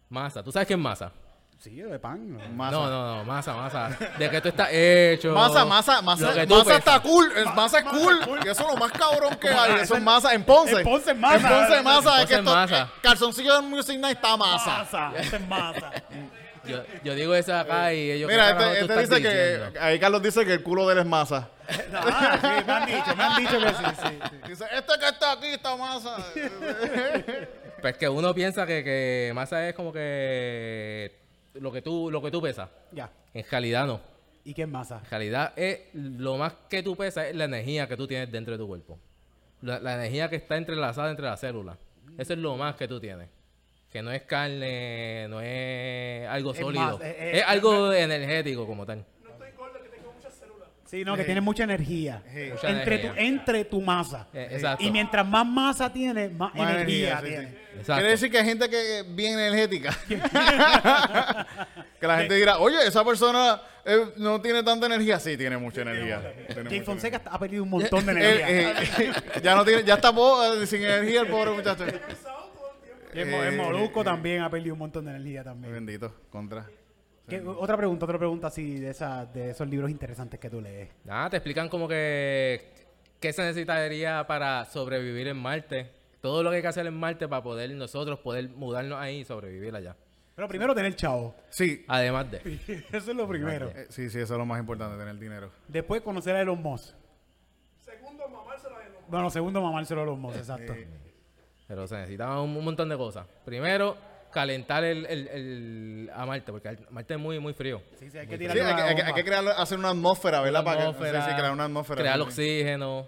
Masa, ¿tú sabes quién es Masa? Sí, de pan. ¿no? Masa. No, no, no, Masa, Masa. ¿De qué tú estás hecho? Masa, masa, masa, Lo que tú pues, masa pesas. está cool, es masa es cool, y eso es lo más cabrón que hay, eso es masa, en Ponce, En Ponce es masa. en Ponce es masa, Ponce es que es esto, masa. eh, calzoncillo de Music Night está masa. Masa, ese es masa. Yo, yo digo eso acá y ellos... ¿qué Mira, carajo este, tú este estás dice diciendo? que, ahí Carlos dice que el culo de él es masa. Ah, sí, me han dicho, me han dicho que sí, sí. Dice, este que está aquí está masa. Pues que uno piensa que, que masa es como que lo que tú, lo que tú pesas. Ya. En realidad no. ¿Y qué es masa? En realidad es lo más que tú pesas es la energía que tú tienes dentro de tu cuerpo. La, la energía que está entrelazada entre las células. Eso es lo más que tú tienes. Que no es carne, no es algo Es sólido. más, eh, eh, es algo energético como tal. Sí, no, que tiene mucha energía. Mucha entre, energía. Tu, entre tu masa. Eh, exacto. Y mientras más masa tiene, más, Más energía, energía, sí, tiene. sí. Exacto. Quiere decir que hay gente que es bien energética. que la gente dirá, oye, esa persona eh, no tiene tanta energía. Sí, tiene mucha energía. Tiene Jay mucha Fonseca ha perdido un montón de energía. energía. Eh, eh, ya no tiene, ya está po- eh, sin energía el pobre muchacho. Y el, Mo- el eh, Molusco también ha perdido un montón de energía también. Bendito, contra. ¿Qué- otra pregunta, otra pregunta así de, esa, de esos libros interesantes que tú lees. Nada, te explican como que qué se necesitaría para sobrevivir en Marte. Todo lo que hay que hacer en Marte para poder nosotros poder mudarnos ahí y sobrevivir allá. Pero primero tener chavo. Sí, Además de. Eso es lo primero. eh, sí, sí, eso es lo más importante, tener dinero. Después conocer a Elon Musk. Segundo, mamárselo a Elon Musk. Bueno, segundo, mamárselo a Elon Musk, exacto. Pero se necesitan un, un montón de cosas. Primero, calentar el, el- el- a Marte, porque el- Marte es muy, muy frío. Sí, sí, hay que Sí, tirar hay, que- hay que- hay que crear, hacer una atmósfera, ¿verdad? Para que- Atmósfera, sí, sí, crear una atmósfera. crear sí, sí. oxígeno.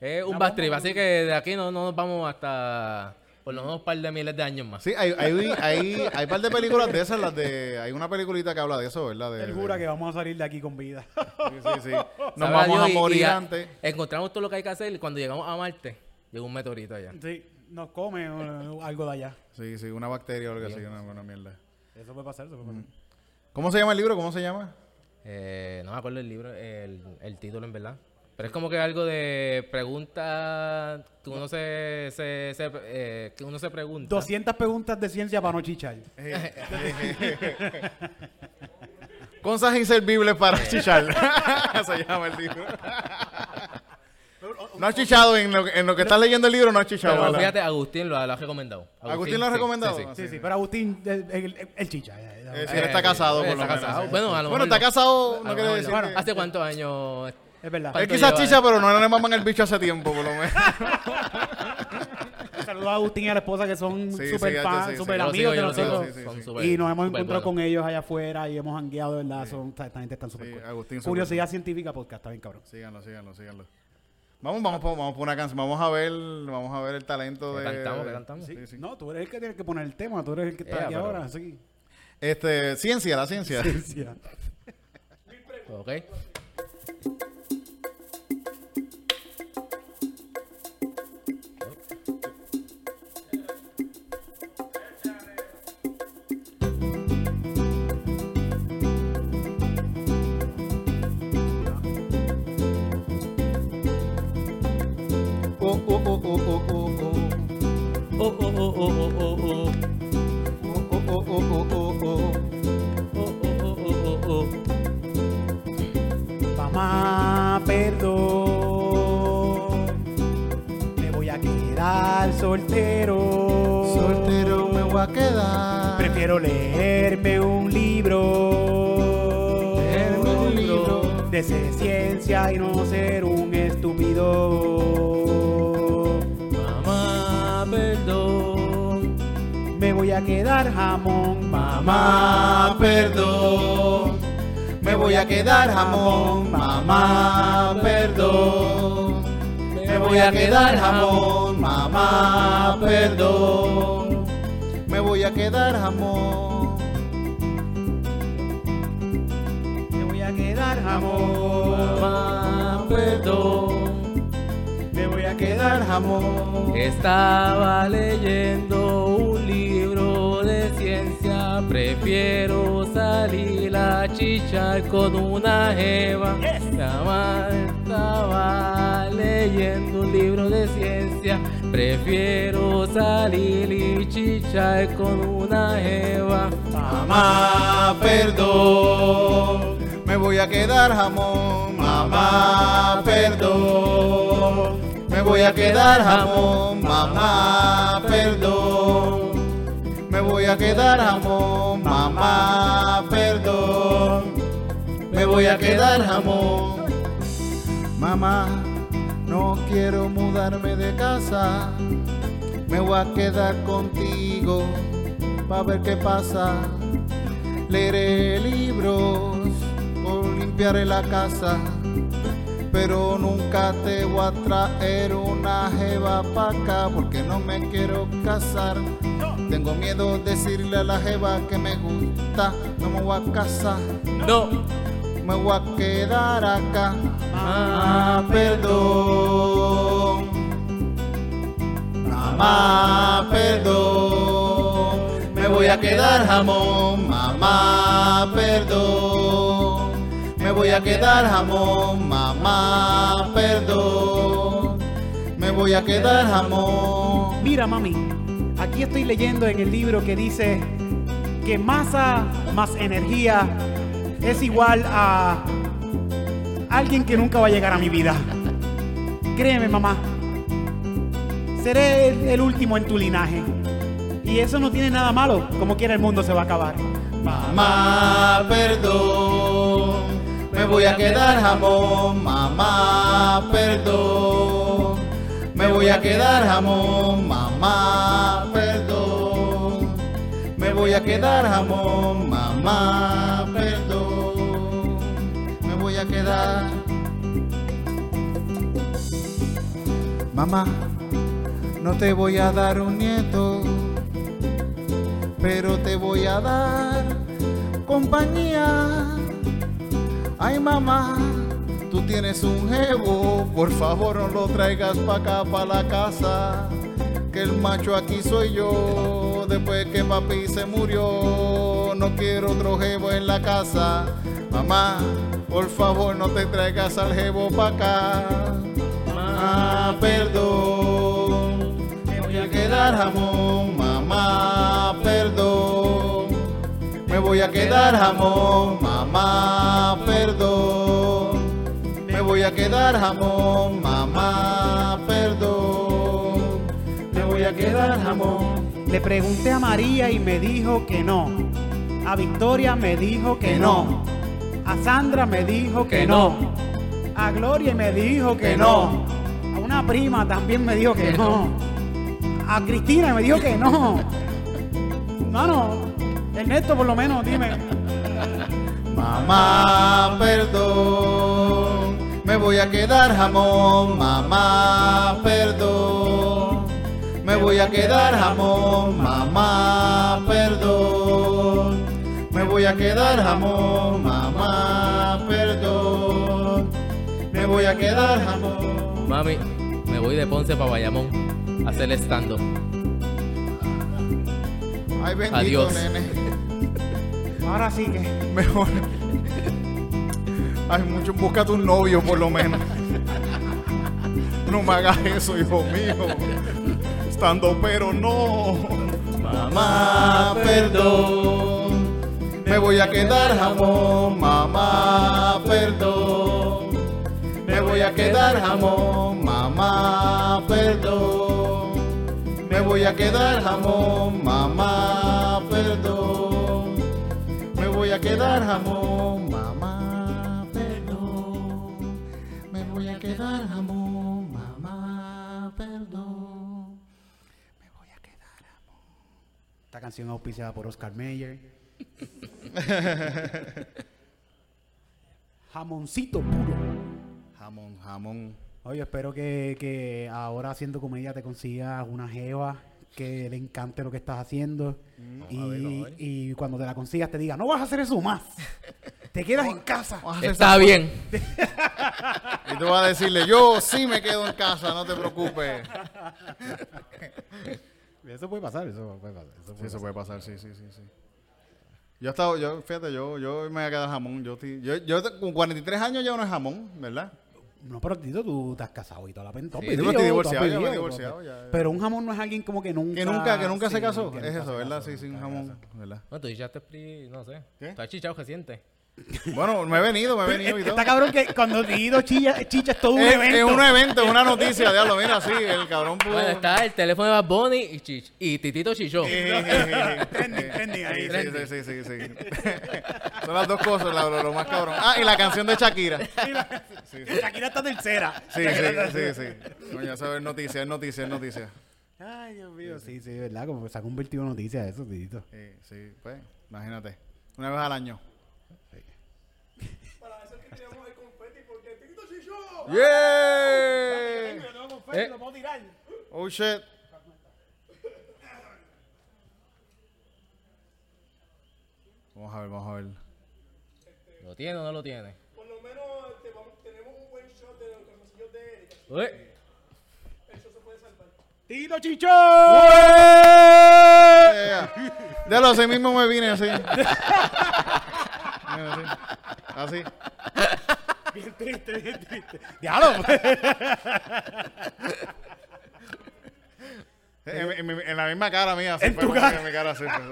Es un bad trip, así que de aquí no, no nos vamos hasta por lo menos un par de miles de años más. Sí, hay, hay, hay, hay par de películas de esas, las de, hay una peliculita que habla de eso, ¿verdad? De, Él jura de- que vamos a salir de aquí con vida. Sí, sí, sí. Nos Sabrá vamos Dios, a y- y morir a- antes. Encontramos todo lo que hay que hacer y cuando llegamos a Marte, llegó un meteorito allá. sí, nos come eh, algo de allá. Sí, sí, una bacteria o algo así, una, una mierda. Eso puede pasar, eso puede pasar. ¿Cómo se llama el libro? ¿Cómo se llama? Eh, no me acuerdo el libro, el, el título en verdad. Pero es como que algo de preguntas que uno se, se- se- eh, que uno se pregunta. 200 preguntas de ciencia para no chichar. Cosas inservibles para chichar. se llama el libro. No has chichado en lo, en lo que estás leyendo el libro, no has chichado. Pero ¿verdad? fíjate, Agustín lo ha, lo ha recomendado. Agustín lo ha sí, recomendado. sí, sí. Sí, sí, pero Agustín, eh, el, el- el chicha. ya, ya. Eh, sí, él está casado, por Está lo menos. casado. sí. Bueno, a lo mejor está no. casado, A no lo quiere mejor decir. no. que- ¿Hace eh. cuántos años? Es verdad. Ay. Él ¿Cuánto quizás lleva? chicha, pero no le maman el bicho hace tiempo, por lo menos. Saludos a Agustín y a la esposa que son Sí, super sí, fans, sí, sí, super sí. amigos de Yo lo sigo, yo lo sigo. nosotros. sí, sí, sí. Son Y nos hemos súper encontrado buenos. con ellos allá afuera y hemos hangueado, de ¿verdad? Son, esta, esta gente está súper Sí, cool. Agustín, súper Curiosidad científica podcast, está bien cabrón. Síganlo, síganlo, síganlo. Vamos, vamos, por- vamos por una canción. Vamos a ver, vamos a ver el talento ¿Qué de. cantamos? ¿Qué cantamos? Sí, sí. No, tú eres el que tiene que poner el tema, tú eres el que está Ea, aquí Eh, pero- ahora, sí. Este, ciencia, la ciencia. Ciencia. Ok. Oh, oh, oh, oh, oh, oh, oh. Oh, oh, oh, oh, oh, oh, oh. Oh, oh, oh, oh, oh, oh, oh. Oh, oh, oh, oh, oh, Mamá, perdón. Me voy a quedar soltero. Soltero me voy a quedar. Prefiero leerme un libro. Leerme un libro. De ser ciencia y no ser un estúpido. oh. Mamá, perdón. Me voy a quedar jamón, Mamá, perdón. Me voy a quedar jamón. Mamá, perdón. Me voy a quedar jamón. Mamá, perdón. Me voy a quedar jamón. Me voy a quedar jamón. Mamá, perdón. Me voy a Quedar jamón. Estaba leyendo un libro de ciencia. Prefiero salir a chichar con una jeva. Mamá, estaba leyendo un libro de ciencia. Prefiero salir y chichar con una jeva. Mamá, perdón, me voy a quedar jamón. Mamá, perdón, me voy a quedar jamón. Mamá, perdón, me voy a quedar jamón. Mamá, perdón, me voy a quedar jamón. Mamá, no quiero mudarme de casa. Me voy a quedar contigo para ver qué pasa. Leeré libros o limpiaré la casa. Pero nunca te voy a traer una jeva pa' acá porque no me quiero casar. Tengo miedo decirle a la jeva que me gusta. No me voy a casar, No. me voy a quedar acá. Ah, perdón. Mamá, perdón, me voy a quedar jamón. Mamá, perdón, me voy a quedar jamón. Mamá, perdón, me voy a quedar jamón. Mira, mami, aquí estoy leyendo en el libro que dice que masa más energía es igual a alguien que nunca va a llegar a mi vida. Créeme, mamá, seré el, el último en tu linaje. Y eso no tiene nada malo, como quiera el mundo se va a acabar. Mamá, perdón, me voy a quedar jamón. Mamá, perdón, me voy a quedar jamón. Mamá, perdón, me voy a quedar jamón. Mamá, perdón, me voy a quedar. Mamá, no te voy a dar un nieto pero te voy a dar compañía. Ay mamá, tú tienes un jevo, por favor no lo traigas pa' acá, pa' la casa, que el macho aquí soy yo. Después que papi se murió, no quiero otro jevo en la casa. Mamá, por favor no te traigas al jevo pa' acá. Mamá, perdón, me voy a quedar jamón, mamá, perdón. Me voy a quedar jamón, mamá, perdón. Me voy a quedar jamón, mamá, perdón. Me voy a quedar jamón. Le pregunté a María y me dijo que no. A Victoria me dijo que, Que no. no. A Sandra me dijo que, Que no. no. A Gloria me dijo que, Que no. no. A una prima también me dijo que, Que no. A Cristina me dijo que no. Mano, Ernesto por lo menos, dime. Mamá, perdón, me voy a quedar jamón. Mamá, perdón, me voy a quedar jamón. Mamá, perdón, me voy a quedar jamón. Mamá, perdón, me voy a quedar jamón. Mami, me voy de Ponce para Bayamón a hacer stand-up. Ay, bendito, Adiós. nene. Ahora sí que. Mejor. Ay, mucho, búscate un novio por lo menos. No me hagas eso, hijo mío. Estando pero no. Mamá, perdón. Me voy a quedar jamón, mamá, perdón. Me voy a quedar jamón, mamá, perdón. Me voy a quedar jamón, mamá, perdón. Me voy a quedar jamón, mamá, perdón. Me voy a quedar jamón, mamá, perdón. Esta canción es auspiciada por Oscar Mayer. Jamoncito puro. Jamón, jamón. Oye, espero que, que ahora haciendo comedia te consigas una jeva que le encante lo que estás haciendo. Mm. y, y cuando te la consigas te diga, no vas a hacer eso más. te quedas Oh. en casa. Está bien. Y tú vas a decirle, yo sí me quedo en casa, no te preocupes. Eso puede pasar, eso puede pasar. Sí, eso puede pasar, sí, sí, sí, sí. Yo estaba, yo, fíjate, yo, yo me voy a quedar jamón. Yo, estoy- yo, yo te- con 43 años ya uno es jamón, ¿verdad? No, pero Tito, tú estás casado y toda la pena. tú has Sí, yo vivido, estoy tú has divorciado, yo me vivido, he divorciado, tú has- ya, ya. Pero un jamón no es alguien como que nunca... Que nunca, que nunca se Ah, sí, casó. que Es nunca eso, se ¿verdad? casó, Sí, sin nunca se jamón, casó. ¿verdad? No, tú ya te pri- no sé. ¿Qué? Estás chichado reciente. Bueno, me he venido, me he venido y todo. Está cabrón que cuando Tito chilla, chicha es todo un es, evento. es un evento, es una noticia, diablo, mira, así, el cabrón pudo. Eh, Bueno, está el teléfono de Bad Bunny y, Chich- y Titito Chichó. Eh. trending, trending ahí. Sí, sí, sí, sí, sí. Son las dos cosas, la- lo, lo más cabrón. Ah, y la canción de Shakira. Sí, sí, Shakira está tercera. sí, sí. sí. Coño, eso es noticia, es noticia, es noticia. Ay, Dios mío. Sí, sí, verdad, como que se ha convertido en noticia eso, Titito. Sí, sí, pues, imagínate. Una vez al año. ¡Yeah! Eh. puedo tirar. Oh shit. Vamos a ver, vamos a ver. ¿Lo tiene o no lo tiene? Por lo menos este, vamos- tenemos un buen shot de los calzoncillos de Erika. Uy. Eso se puede salvar. ¡Tito Chichón! Yeah. De lo así mismo me vine así. Mira, así. Así. Bien triste, bien triste. Diablo. En, en mi- en la misma cara mía. Así En fue, tu fue, cara. En mi cara así. fue, así.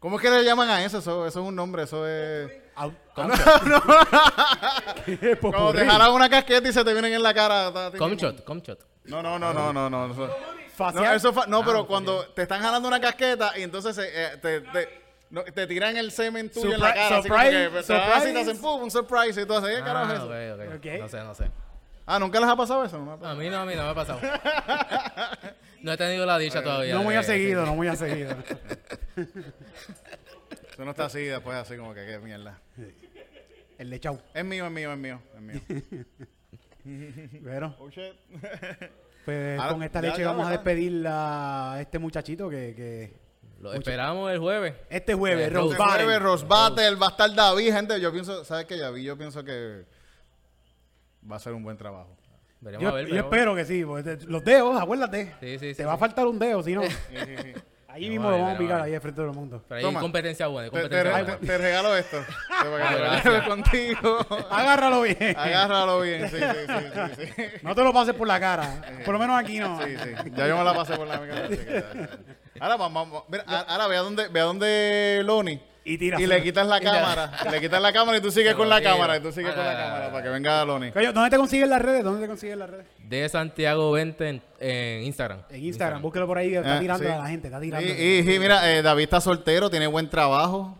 ¿Cómo es que le llaman a eso? Eso, eso es un nombre, eso es... Cuando te jalan una casqueta y se te vienen en la cara. está así mismo. Comshot, comshot. No, no, no, no, no, no. eso- Facial. No, eso fa- no, pero cuando te están jalando una casqueta y entonces eh, eh, te, te- no, te tiran el semen tuyo en la Surpri- cara. surprise, así como que, te dan así, te hacen surprise. pum, un surprise y todo así. ¿Qué carajo es Ah, eso? ok, ok. Ok. No sé, no sé. Ah, ¿nunca les ha pasado eso? No pues, me ha pasado. A mí no, a mí no me ha pasado. No he tenido la dicha todavía. No muy de- a seguido, no muy a seguido. Eso no está así después así como que qué mierda. El de Chau. Es mío, es mío, es mío, es mío. Bueno, Oh, shit. pues Ahora, con esta ya, leche ya, vamos a ¿verdad? despedir a este muchachito que... que Lo esperamos el jueves. este jueves, Eh, Rose Rose Battle. Jueves, Rose Battle, va a estar David, gente. Yo pienso, ¿sabes qué, David? Yo pienso que va a ser un buen trabajo. Veremos a Yo, ver. yo veremos. espero que sí. porque te- Los dedos, acuérdate. Sí, sí, sí, Te va a sí. faltar un dedo, si no. Ahí No, mismo vale, lo vamos a pero picar, vale. ahí de frente a todo el mundo. Pero hay Toma. competencia buena, hay Te, te- competencia te- buena. te regalo esto. Te voy Ah, a gracias. contigo. Agárralo bien. Ah, Agárralo bien, sí, sí, sí, sí, sí. No te lo pases por la cara. Por lo menos aquí no. Sí, sí. Ya yo me la pasé por la cara. así que ya- Ahora vamos, vamos- mira, a- ahora ve a dónde, ve a dónde Loni. Y tira. Y le quitas la Y ya. cámara. Le quitas la cámara y tú sigues Pero con la tira. cámara. Y tú sigues con la Ah. cámara para que venga Loni. Coño, ¿Dónde te consiguen las redes? ¿Dónde te consiguen las redes? De Santiago 20 en, en Instagram. En Instagram, búsquelo por ahí, que está Ah, tirando sí. a la gente, está tirando. Y, y- y mira, eh, David está soltero, tiene buen trabajo.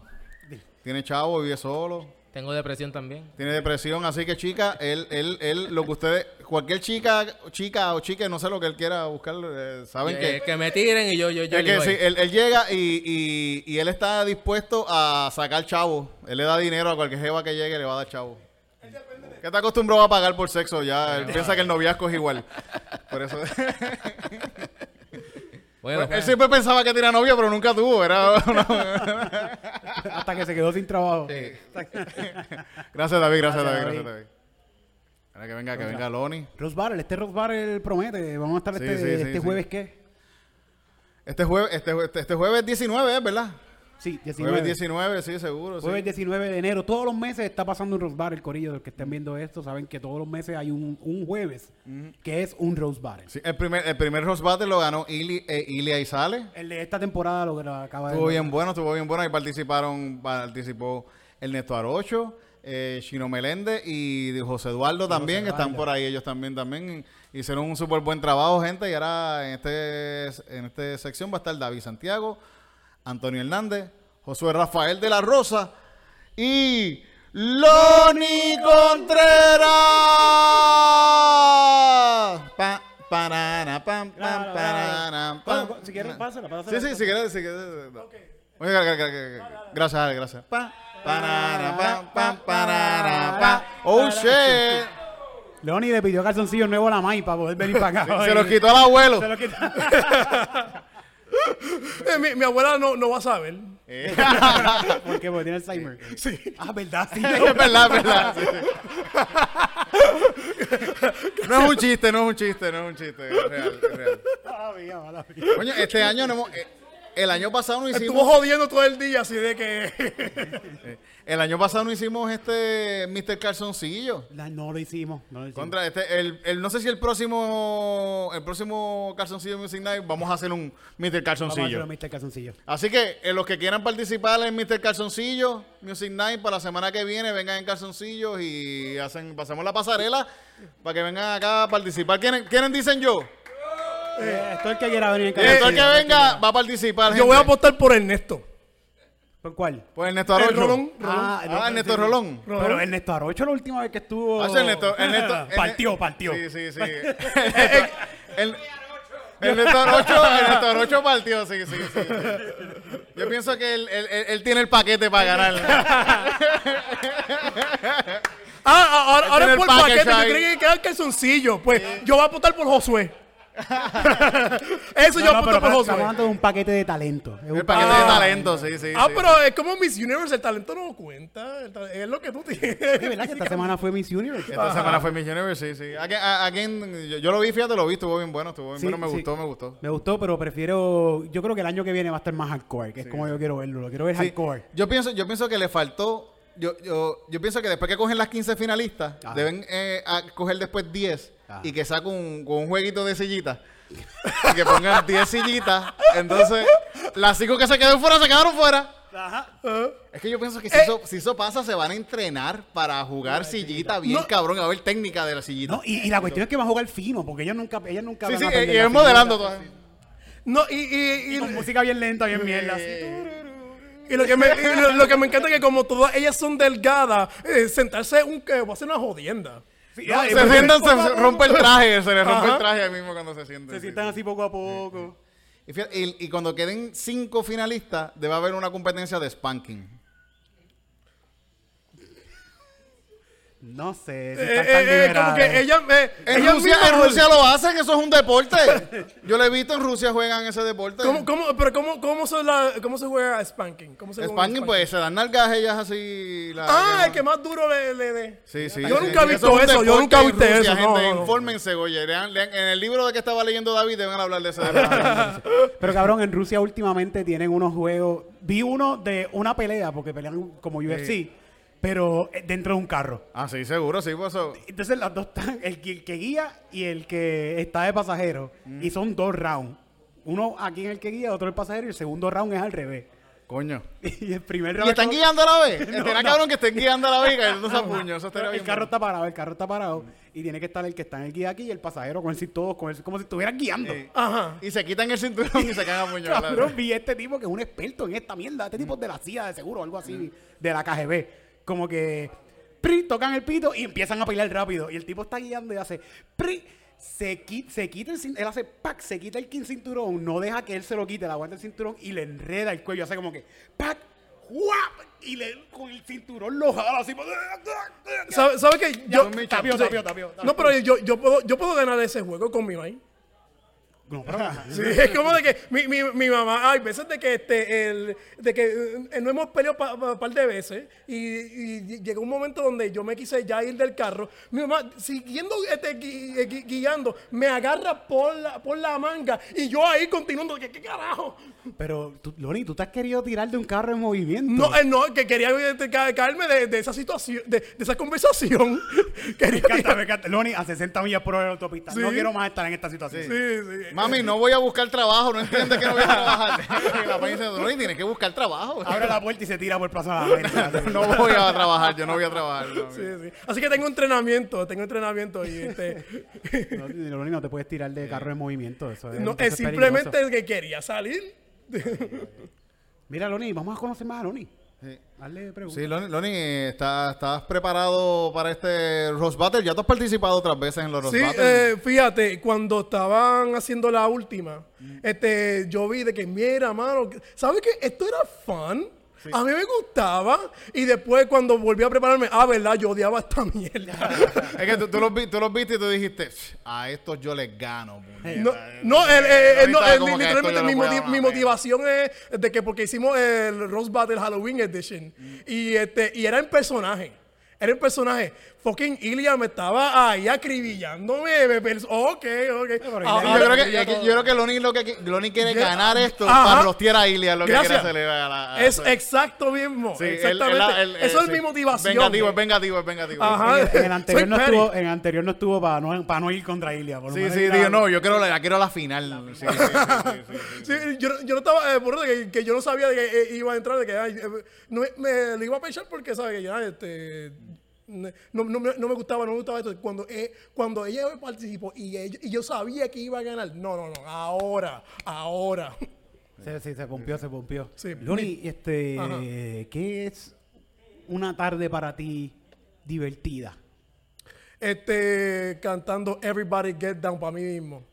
Tiene chavo, vive solo. Tengo depresión también. Tiene depresión, así que chica, él, él, él, lo que ustedes, cualquier chica, chica o chique, no sé lo que él quiera buscar, eh, saben Eh, que, que, me tiren y yo, yo, yo. Es que elijo sí, eh, ahí. él, él llega y, y- y él está dispuesto a sacar chavo. Él le da dinero a cualquier jeva que llegue, le va a dar chavo. Que está acostumbrado a pagar por sexo ya. Él piensa que el noviazgo es igual. Por eso. Bueno, eh, él siempre pensaba que tenía novia, pero nunca tuvo. Era una- Hasta que se quedó sin trabajo. sí. Gracias, David. Gracias, Gracias, David. David. Gracias, David. Ahora que venga, que venga Loni. Rose Barrel, este Rose Barrel promete. Vamos a estar Sí, este, sí, sí, este sí. jueves, ¿qué? Este jueves, este, jue- este, este jueves 19, ¿eh? ¿verdad? Sí, 19. Jueves 19, sí, seguro. sí. Jueves 19 de enero. Todos los meses está pasando un Rose Barrel, corillo. Los que estén viendo esto saben que todos los meses hay un, un jueves que es un Rose Barrel. Sí, el primer, el primer Rose Battle lo ganó Ili, eh, Ilia y Sale. El de esta temporada lo que lo acaba de... Estuvo bien bueno, estuvo bien bueno. Ahí participaron, participó Ernesto Arocho, eh, Chino Meléndez y José Eduardo también, que están Eduardo. por ahí. Ellos también también hicieron un súper buen trabajo, gente. Y ahora en este en esta sección va a estar David Santiago, Antonio Hernández, Josué Rafael de la Rosa y Loni Contreras. Pa, parana, pam, pam, parana, pam. Bueno, si quieres, pásala, pásala. Sí, sí, si quieres, si quieres. no. Oye, gra- gra- gra- gra- Gracias, Ale, gracias. Pa, parara, pa, pa, parara, pa. Oh, shit. Leoni le pidió calzoncillos nuevos a la Mai para poder venir para acá. Se los quitó al abuelo. Se los quitó. Eh, mi, mi abuela no, no va a saber. Eh, ¿Por qué? Porque pues, tiene Alzheimer. Sí. Ah, ¿verdad? Sí. Es verdad, es verdad. sí, sí. No es un chiste, no es un chiste, no es un chiste. Es real, es real. Mala mía, mala mía. Coño, este año no hemos. eh, El año pasado no Estuvo hicimos. jodiendo todo el día, así de que. El año pasado no hicimos este Mr. Calzoncillo. La- no lo hicimos. No lo hicimos. Contra este, el, el- no sé si el próximo, el próximo calzoncillo Music Night vamos a hacer un Mr. Vamos a hacerlo, Calzoncillo. Mr. Calzoncillo. Así que eh, los que quieran participar en Mr. Calzoncillo Music Night para la semana que viene, vengan en calzoncillos y hacen, pasamos la pasarela para que vengan acá a participar. ¿Quiénes, quiénes dicen yo? Eh, todo el que quiera venir. Eh, todo el que calzoncillo, venga va a participar. Yo voy a gente. apostar por Ernesto. ¿Por cuál? Pues Ernesto El Arocho. Rolón. Ah, Ah, no, pero Ernesto sí. Rolón. Pero Ernesto Arocho la última vez que estuvo... Ah, Ah, sí, Ernesto, Ernesto- Erne- partió, partió. Sí, sí, sí. El- el- El Néstor 8, el Néstor 8 partió, sí, sí, sí. Yo pienso que él, él- él- él tiene el paquete para ganar. Ah, ah, ahora, ahora es tiene Este el por package paquete. Yo ahí. creí que quedar calzoncillo. Pues yo voy a apostar por Josué. Eso yo No, no, apuesto pero por estamos Josué. hablando de un paquete de talento. Es un El paquete de talento, sí, sí. Ah, sí. pero es como Miss Universe, el talento no cuenta. el ta- es lo que tú tienes. Sí, ¿verdad? Que esta semana fue Miss Universe. Esta semana fue Miss Universe, sí, sí. ¿A quién- a- a quién- yo, yo lo vi, fíjate, lo vi, estuvo bien bueno, estuvo bien Sí, bueno, me sí. gustó, me gustó. Me gustó, pero prefiero. Yo creo que el año que viene va a estar más hardcore, que es como yo quiero verlo. Lo quiero ver Sí, hardcore. Yo pienso, yo pienso que le faltó. Yo, yo, yo pienso que después que cogen las 15 finalistas, Ajá. deben eh, a- coger después 10 Ajá. y que saquen un, con un jueguito de sillitas. y que pongan 10 sillitas. Entonces, las 5 que se quedaron fuera se quedaron fuera. Es que yo pienso Eh. que si, eso, si eso pasa, se van a entrenar para jugar sillita bien cabrón, a ver técnica de la sillita. No, y, y la cuestión es que va a jugar fino, porque ellos nunca, ellas nunca sí, van sí, a y- perder y la es figura. modelando todavía. No, y, y, y- Con música bien lenta, bien mierda. así. y lo, que me, y lo, lo que me encanta es que como todas ellas son delgadas, eh, sentarse un que va a ser una jodienda. Sí, No, ay, se pero- sientan, se pues, rompe el traje, se les rompe Ajá. el traje ahí mismo cuando se sienten. Se sí, sientan sí. así poco a poco. Y, fija- y- y cuando queden cinco finalistas, debe haber una competencia de spanking. No sé. Si Eh, están eh, tan eh, como liberadas. que ellas, eh, En ellas Rusia, mismas- en Rusia lo hacen, eso es un deporte. Yo lo he visto en Rusia juegan ese deporte. ¿Cómo, cómo, pero cómo, cómo, se la- ¿Cómo se juega a spanking? ¿Cómo se juega un Spanking, pues se dan nalgas ellas así. la- Ah, el que más duro le... le, le. Sí, sí, Yo sí, nunca he sí, visto es un eso, yo deporte nunca en he visto Rusia, eso, no, gente, no, no. infórmense, oye. lean- lean- en el libro de que estaba leyendo David deben hablar de ese deporte. Pero cabrón, en Rusia últimamente tienen unos juegos. Vi uno de una pelea, porque pelean como UFC, pero eh, dentro de un carro. ah, sí, seguro, sí, pues eso. Entonces las dos están, el, que- el que guía y el que está de pasajero. Mm. Y son dos rounds. Uno aquí en el que guía, otro el pasajero, y el segundo round es al revés. Coño. Y el primer round. Y es están como- guiando a la vez. Estará no. cabrón que estén guiando a la vez y cayéndose a puño. Eso estaría el bien carro bueno. está parado, el carro está parado. Y tiene que estar el que está en el guía aquí y el pasajero con el si- todos, con el- como si estuvieran guiando. Ajá. Y se quitan el cinturón y se cagan a puño. claro. Cabrón, vi a este tipo que es un experto en esta mierda. Este tipo es de la CIA, de seguro, algo así, de la KGB. Como que pri, tocan el pito y empiezan a pelear rápido. Y el tipo está guiando y hace pri, se, qui- se quita el cinturón, él hace pac, se quita el quin- cinturón, no deja que él se lo quite, le aguanta el cinturón y le enreda el cuello. Hace como que pac, guap, y le, con el cinturón lo jala así. ¿Sabes sabe que yo... Son mis Tapio, champions. tapio, tapio, tapio. No, pero yo, yo, puedo, yo puedo ganar ese juego con mi maíz. No, pero- Sí, es como de que mi, mi, mi mamá, hay veces de que este, el, de que eh, no hemos peleado pa- pa- par de veces y, y llegó un momento donde yo me quise ya ir del carro. Mi mamá, siguiendo este, gui- eh, gui- guiando, me agarra por la, por la manga y yo ahí continuando, ¿qué, qué carajo? Pero, tú, Loni, tú te has querido tirar de un carro en movimiento. No, eh, no, que quería este, ca- caerme de, de esa situación, de, de esa conversación. Me quería encanta, me encanta. Loni, a 60 millas por hora de autopista. No Sí. quiero más estar en esta situación. Sí, sí. Mami, no voy a buscar trabajo, no entiendes que no voy a trabajar. Y la papá dice, no, y tienes que buscar trabajo. Abre la puerta y se tira por Plaza de la América. No voy a trabajar, yo no voy a trabajar. mami. Sí, sí. Así que tengo entrenamiento, tengo entrenamiento y este, No, Loni, no te puedes tirar de carro en movimiento. Eso es, No, eso es es simplemente peligroso. el que quería salir. Mira, Loni, vamos a conocer más a Loni. Sí. Hazle preguntas. Sí, Loni, Loni, ¿estás, estás preparado para este Rose Battle? Ya tú has participado otras veces en los Rose Sí, Battle. eh, fíjate, cuando estaban haciendo la última, Mm. este, yo vi de que, mira, mano, que- ¿sabes qué? Esto era fun. A mí me gustaba. Y después, cuando volví a prepararme, ah, ¿verdad? Yo odiaba esta mierda. Es que tú, tú los, vi- tú los viste y tú dijiste, "Ch, a estos yo les gano. puñeta". No, no, el, eh, eh, no, Ahorita el- como que literalmente esto yo mi, no puedo moti- hablar, mi mira. motivación es este, de que porque hicimos el Rose Battle Halloween Edition Mm. y este y era en personaje. Era en personaje. Fucking Ilya me estaba ahí acribillándome. me pers- ok, ok. pero Ah, Sí, ah, yo, creo que, ya es que- todo. yo creo que Loni, lo que, Loni quiere Ya- ganar esto Ajá. para rostear a Ilia, lo que Gracias. quiere hacerle a la- a la- Es exacto mismo. Sí, él- él- exactamente. él- eh, Eso es sí. mi motivación. Vengativo, es vengativo, es vengativo. Ajá. En el anterior Soy no petty. estuvo, en el anterior no estuvo para no, para no ir contra Ilia. Por lo Sí, menos sí, ir a- digo, no, yo quiero la, la quiero a la final. Sí, sí, sí, sí, sí. Sí, yo, no- yo no estaba eh, por eso que, que yo no sabía de que eh, iba a entrar, de que ay, eh, no, me lo iba a pensar porque sabe que ya este no, no, no me- no me gustaba, no me gustaba esto. Cuando, eh, cuando ella participó y, ella- y yo sabía que iba a ganar, no, no, no, ahora, ahora. Sí, sí, se pompió, se pompió. Sí. Loni, este, Ajá. ¿qué es una tarde para ti divertida? Este, cantando Everybody Get Down para mí mismo.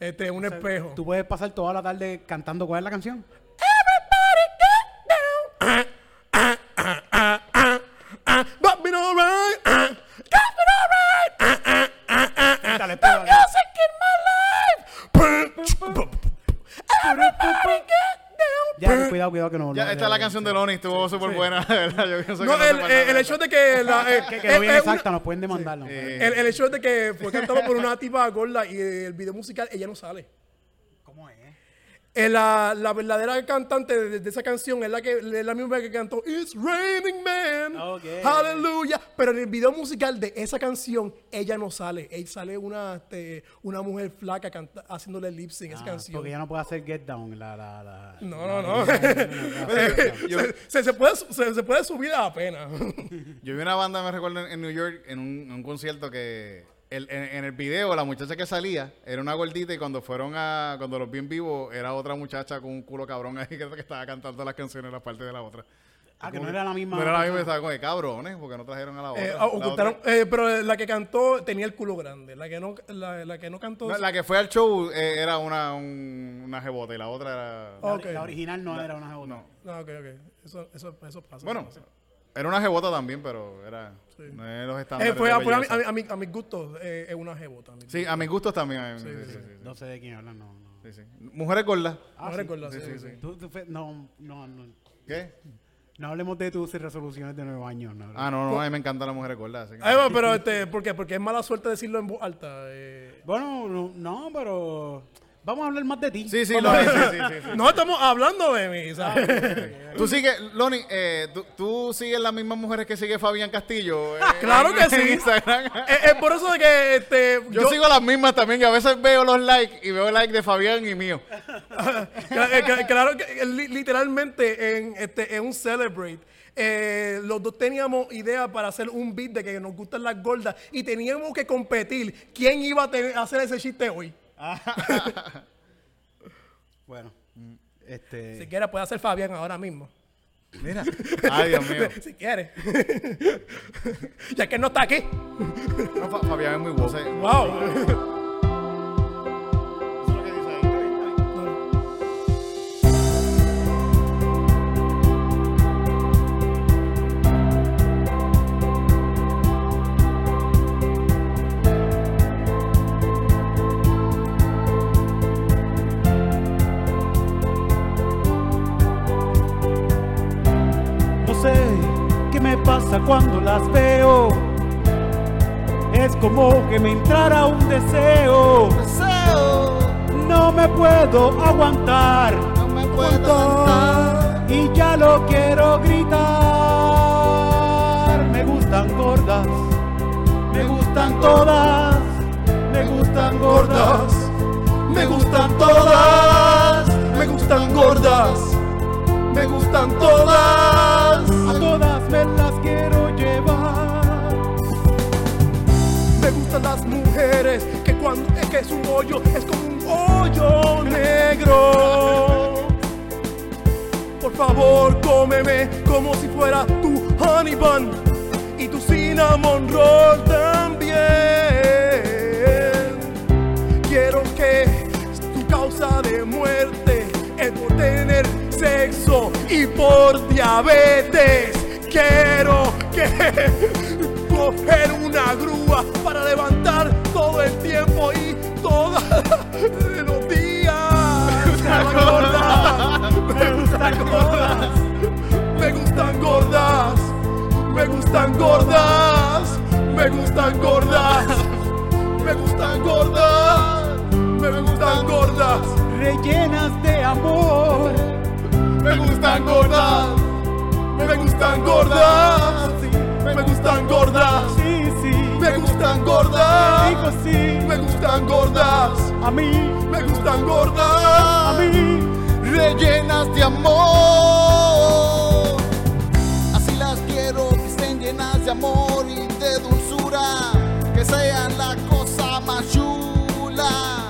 Este, un espejo. Tú puedes pasar toda la tarde cantando cuál es la canción. Ah, got me all right. Ah, got me all right. Ah, ah, ah, ah, ah. Dale, pruébalo. Music in my life. Everybody get down. Ya, cuidado, cuidado que no. Pues, Ya, no- esta es la canción de Lonnie, estuvo súper buena, de verdad. Yo pienso No, el, que se el- parla- el hecho de que la, eh, Que eh, quedó bien eh, una- exacta, nos pueden demandar. eh, ¿no? el, el hecho de que fue cantado por una tipa gorda y el video musical ella no sale. ¿Cómo es? Eh, la, la verdadera cantante de, de esa canción es la que es la misma que cantó It's Raining Man, Ok. Hallelujah. Pero en el video musical de esa canción ella no sale, él sale una, este, una mujer flaca canta- haciéndole lip sync a esa Ah, canción. Porque ya no puede hacer Get Down. La, la, la, No, no, no. Get Down. Yo- se, se- se puede, su- se, se puede subir a la pena. Yo vi una banda, me recuerdo, en, en New York, en un, en un concierto que el- en, en el video la muchacha que salía era una gordita y cuando fueron a, cuando los vi en vivo, era otra muchacha con un culo cabrón ahí que, que estaba cantando las canciones la parte de la otra. Ah, que Como no era la misma No era la misma, persona. estaba con el cabrones, porque no trajeron a la otra. Eh, La ocultaron, otra- eh, pero la que cantó tenía el culo grande. La que no, la, la que no cantó. No, la que fue al show eh, era una, un- una jebota y la otra era... Oh. La, Ok. la original no era una jebota. No, ok, ok. Eso, eso, eso pasa. Bueno, Eso pasa. era una jebota también, pero era... No era los estándares Eh, fue de a, fue a mi- belleza. a mi- a mi- a mis gustos, eh, es una jebota. a mis Sí, a mis gustos también. a mí- sí, sí, sí, No sé de quién hablan, no. no. sí, sí. Mujeres gordas. gustos. No recuerdo, sí, sí, sí. Tú- tú fe- no, no, no. ¿Qué? No hablemos de tus resoluciones de nuevo año. No, Ah, no, no, a mí me encantan las mujeres gordas. así que- Ay, bueno, pero este, ¿por qué? Porque es mala suerte decirlo en voz alta. eh. Bueno, no, no, pero vamos a hablar más de ti. Sí, sí, Loni, sí, sí, sí, Ah, sí. No estamos hablando de mí, ¿sabes? Tú sigues, Loni, eh, tú, tú sigues las mismas mujeres que sigue Fabián Castillo. eh, Claro que en sí. Instagram. Eh, es por eso de que este, Yo, sigo las mismas también y a veces veo los likes y veo likes de Fabián y mío. Cla- eh, cla- claro que eh, li- literalmente en, este, en un celebrate. eh, los dos teníamos idea para hacer un beat de que nos gustan las gordas y teníamos que competir quién iba a tener- hacer ese chiste hoy. Bueno, Mm. este. Si quieres, puede hacer Fabián ahora mismo. Mira. Ay, Dios mío. Si quieres. ya que él no está aquí. No, Fa- Fabián es muy guapo. Eso Wow. es lo que dice ahí. No sé qué me pasa cuando las veo. Es como que me entrara un deseo. No me puedo aguantar. Y ya lo quiero gritar. Me gustan gordas. Me gustan todas. Me gustan gordas. Me gustan todas. Me gustan gordas. Me gustan todas. A todas me las quiero llevar. Me gustan las mujeres que cuando es que es un hoyo es como un hoyo negro. Por favor, cómeme como si fuera tu honey bun y tu cinnamon roll también. Quiero que tu causa de muerte es por tener sexo y por diabetes. Quiero que coger una grúa para levantar todo el tiempo y todos los días. Me gustan gordas, me gustan gordas, me gustan gordas, me gustan gordas, me gustan gordas, me gustan gordas, me gustan gordas, Rellenas de amor. me gustan gordas, me gustan gordas, me gustan gordas, Sí, sí. me gustan Digo gordas, sí. me gustan gordas, A mí, me gustan gordas. a mí. Rellenas de amor. Así las quiero que estén llenas de amor y de dulzura. Que sean la cosa más chula.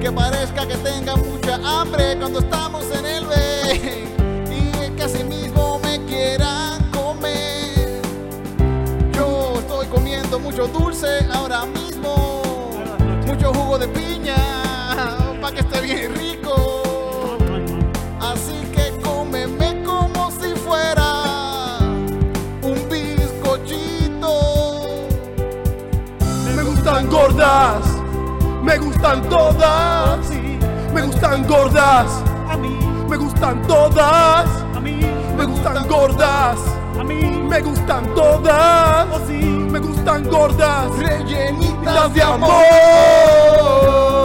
Que parezca que tengan mucha hambre cuando estamos en el B. Y que así mismo me quieran comer. Yo estoy comiendo mucho dulce ahora mismo. Mucho jugo de piña. bien rico. Así que cómeme como si fuera un bizcochito. Me gustan gordas, me gustan todas. Me gustan gordas, A mí, me gustan todas. a mí, Me gustan gordas, a mí, me gustan todas. oh sí. Me gustan gordas, Rellenitas llenas de de amor. amor.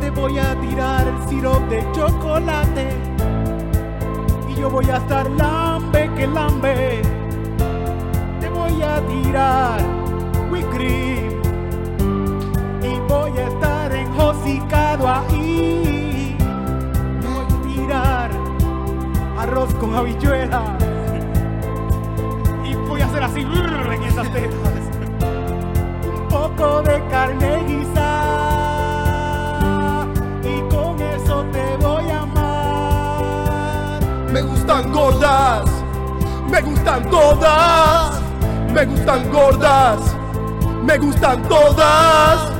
Te voy a tirar el sirope de chocolate y yo voy a estar lambe que lambe. Te voy a tirar whipped cream y voy a estar enjocicado ahí. Te voy a tirar arroz con habichuela y voy a hacer así brr, en esas tetas un poco de carne guisada y con eso te voy a amar. Me gustan gordas, me gustan todas, me gustan gordas, me gustan todas,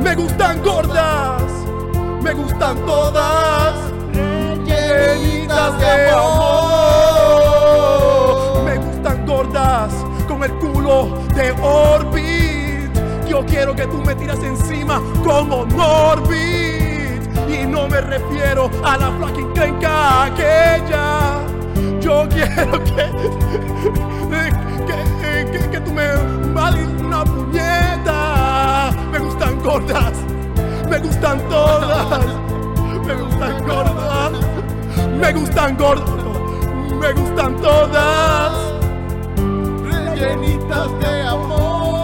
me gustan gordas, me gustan todas, llenitas de amor. Me gustan gordas con el culo de Orbit. Yo quiero que tú me tiras encima como Norbit. Y no me refiero a la fucking crenca aquella. Yo quiero que, que, que, que tú me vales una puñeta. Me gustan gordas, me gustan todas. Me gustan gordas, me gustan gordas, me gustan todas. Rellenitas de amor.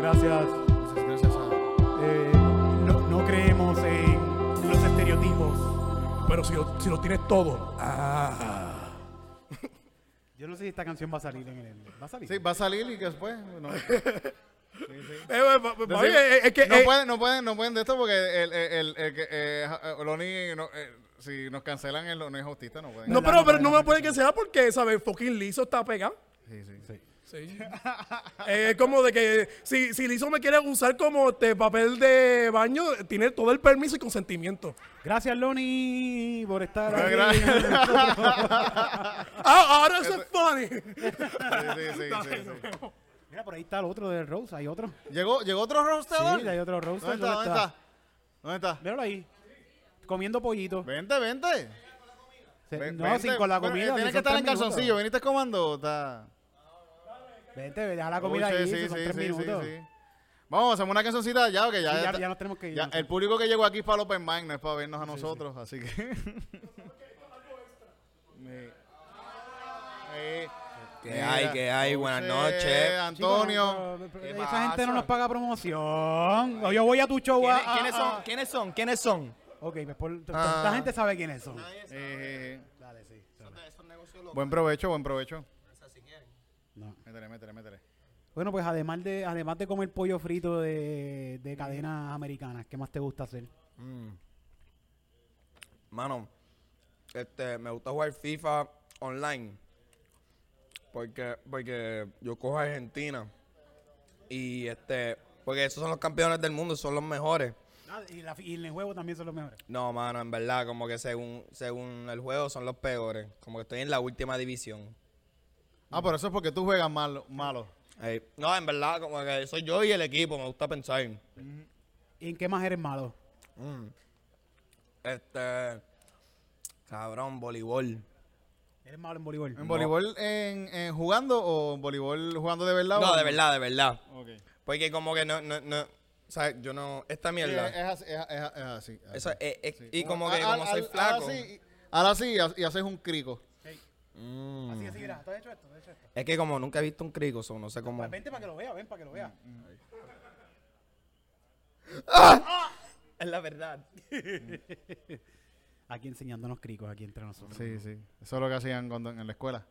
Gracias. Eh, no, no creemos en los estereotipos. Pero si lo, si lo tienes todo. ah. Yo no sé si esta canción va a salir en el. ¿Va a salir? Sí, va a salir y que después. No, no Eh, va- va- va- oye, eh, es que, eh, pueden, no pueden, no pueden de esto porque el, el, el, el que, eh, ja- eh, Lonnie, no, eh, si nos cancelan el Lonnie es autista, no pueden. no, pero, pero no me puede que sea porque, ¿sabes? Fucking Lizo está pegado. Sí, sí, sí. Sí. Eh, es como de que si, si Lizo me quiere usar como este papel de baño, tiene todo el permiso y consentimiento. Gracias, Loni, por estar aquí. Ah, ahora eso es funny. sí, sí, sí, sí. Mira, por ahí está el otro del Rose. Hay otro. ¿Llegó, ¿Llegó otro rosteador? Sí, hay otro Rose. ¿Dónde está? ¿Dónde está? ¿Dónde está? Míralo ahí. Comiendo pollito. Vente, vente. Se- Ve- no, vente. sin con la Bueno, eh, comida. si Tienes que son estar en tres minutos. calzoncillo. ¿Viniste comando? Está. Vente, ve, deja la comida Uy, ahí. sí, si son sí, tres sí, sí, minutos. sí. Vamos, hacemos una cancioncita ya, porque ya, Sí, ya- está- ya nos tenemos que ir, ya, nosotros. el público que llegó aquí es para el Open Mic, no es para vernos a nosotros, así que. Sí. Sí. ¿Qué eh, Mira, hay? ¿Qué hay? Buenas entonces, noches. Chicos, Antonio. no, pero- ¿Qué eh, esa pasa? gente no nos paga promoción. O Yo voy a tu show. a- ¿Quiénes, a- a- quiénes son? ¿Quiénes son? ¿Quiénes son? Ok, pues por- t- Ah. la gente sabe quiénes son. Eh, Dale, sí. buen provecho, buen provecho. No. Métele, métele, métele. Bueno, pues además de, además de comer pollo frito de, de cadenas americanas, ¿qué más te gusta hacer? Mano, este, me gusta jugar FIFA online. Porque, porque yo cojo a Argentina. Y este, porque esos son los campeones del mundo, son los mejores. Ah, y, la, y en el juego también son los mejores. No, mano, en verdad, como que según, según el juego son los peores. Como que estoy en la última división. Ah, pero eso es porque tú juegas malo. malo. Ey, No, en verdad, como que soy yo y el equipo, me gusta pensar. ¿Y en qué más eres malo? Este, cabrón, voleibol. ¿Eres malo en voleibol? ¿En voleibol en, en jugando o en voleibol jugando de verdad? No, o- de verdad, de verdad. Ok. Sí, Porque como que no, no, no, o sea, yo no, esta es, mierda. es así, es, es- es así. Eso, es- es- Sí. Y como Ah, que ah, como soy ah, flaco. Ahora sí, ahora sí, y ha- y haces un crico. Mm. Así, así, mira, ¿tú has hecho esto? ¿Tú has hecho esto? Es que como nunca he visto un crico, so, no sé cómo. Pues vente para que lo vea, ven para que lo vea. Es la verdad. Aquí enseñándonos cricos, aquí entre nosotros. Sí, sí. Eso es lo que hacían cuando, en la escuela.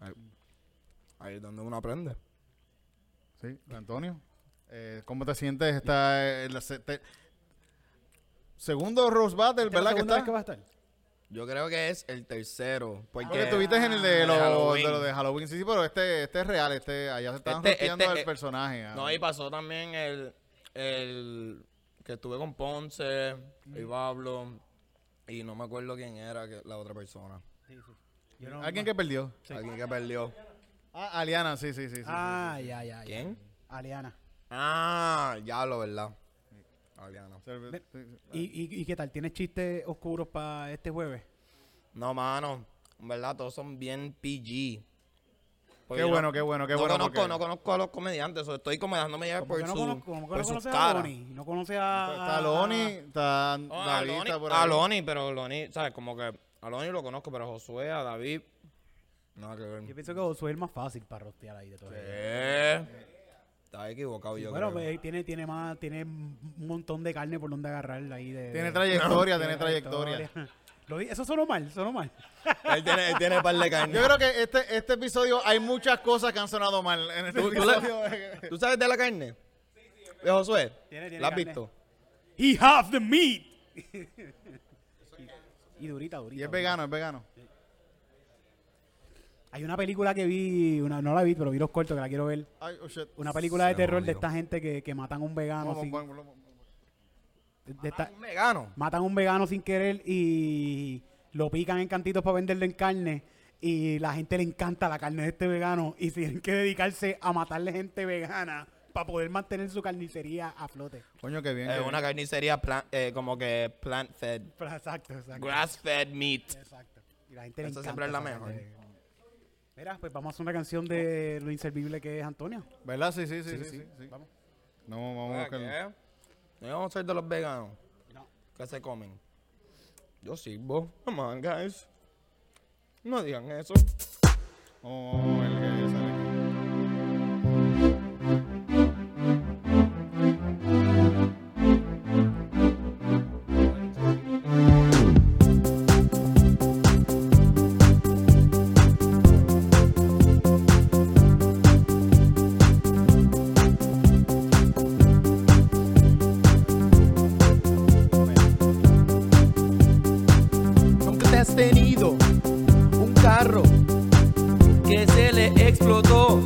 Ahí, ahí es donde uno aprende. Sí, Antonio. eh, ¿Cómo te sientes? Está eh, la se- te- segundo Rose Battle, ¿Esta Este es la ¿verdad que segunda está? vez va a estar? Yo creo que es el tercero. Porque, Porque estuviste en el de, Eh, de lo, Halloween. de lo de Halloween. Sí, sí, pero este, este es real. Este, allá se están Este- rosteando este- el personaje. ah. No, y pasó también el, el que estuve con Ponce y Pablo y no me acuerdo quién era que- la otra persona. Yo no- Alguien que perdió. Alguien que perdió. Ah, Aliana, sí, sí, sí. sí, sí. Ah, ya, ya, ya. ¿Quién? Aliana. Ah, ya lo verdad. Aliana. Se- se- ¿Y, y, y qué tal? ¿Tienes chistes oscuros para este jueves? No, mano. En verdad, todos son bien PG. Porque Qué yo bueno, qué bueno, qué bueno, No conozco, porque- no conozco a los comediantes. so, Estoy como dejándome llevar Como por que no su, conozco- como que por no sus conoces a caras. Loni, no conoces a... Está a- Loni, a- está No, a David, Loni- está por a ahí. Loni, pero Loni, ¿sabes? Como que a Loni lo conozco, pero a Josué, a David. Nada que ver. Yo pienso que Josué es el más fácil para rostear ahí de todos. ellos. ¿Qué? Estás Eh, equivocado yo Bueno, creo. pues tiene, tiene más, tiene un montón de carne por donde agarrar ahí de... Tiene de- trayectoria, Eh, tiene trayectoria. trayectoria. Lo di- eso sonó mal, sonó mal. él tiene, él tiene par de carne. Yo creo que este, este episodio hay muchas cosas que han sonado mal en este ¿Tú, tú episodio. le- ¿Tú sabes de la carne? ¿De Josué? Tiene- tiene ¿La has carne. visto? He have the meat. y, y durita, durita. Y es durita. vegano, es vegano. Hay una película que vi, una, no la vi, pero vi los cortos que la quiero ver. Ay, oh, shit. Una película de Se terror de jodió. esta gente que, que matan a un vegano. Vamos, sin- vamos, vamos. de- de esta- Un vegano. matan a un vegano sin querer y lo pican en cantitos para venderlo en carne. Y la gente le encanta la carne de este vegano y tienen que dedicarse a matarle gente vegana para poder mantener su carnicería a flote. Coño, qué bien. Es qué Eh, una bien. carnicería plan- eh, como que plant fed. Pero Exacto, exacto. Grass fed meat. Exacto. Y la gente le Esa encanta. siempre es la esa mejor. carne de vegano. Mira, pues vamos a hacer una canción de lo inservible que es Antonio. ¿Verdad? Sí, sí, sí. sí, sí, sí. Vamos. No, vamos a Ah, buscarlo. ¿qué? No vamos a ser de los veganos. No. ¿Qué se comen? Yo sirvo. Come on, guys. No digan eso. Este Vamos, vamos, vamos a ver qué sale aquí. Nunca te has tenido un carro que se le explotó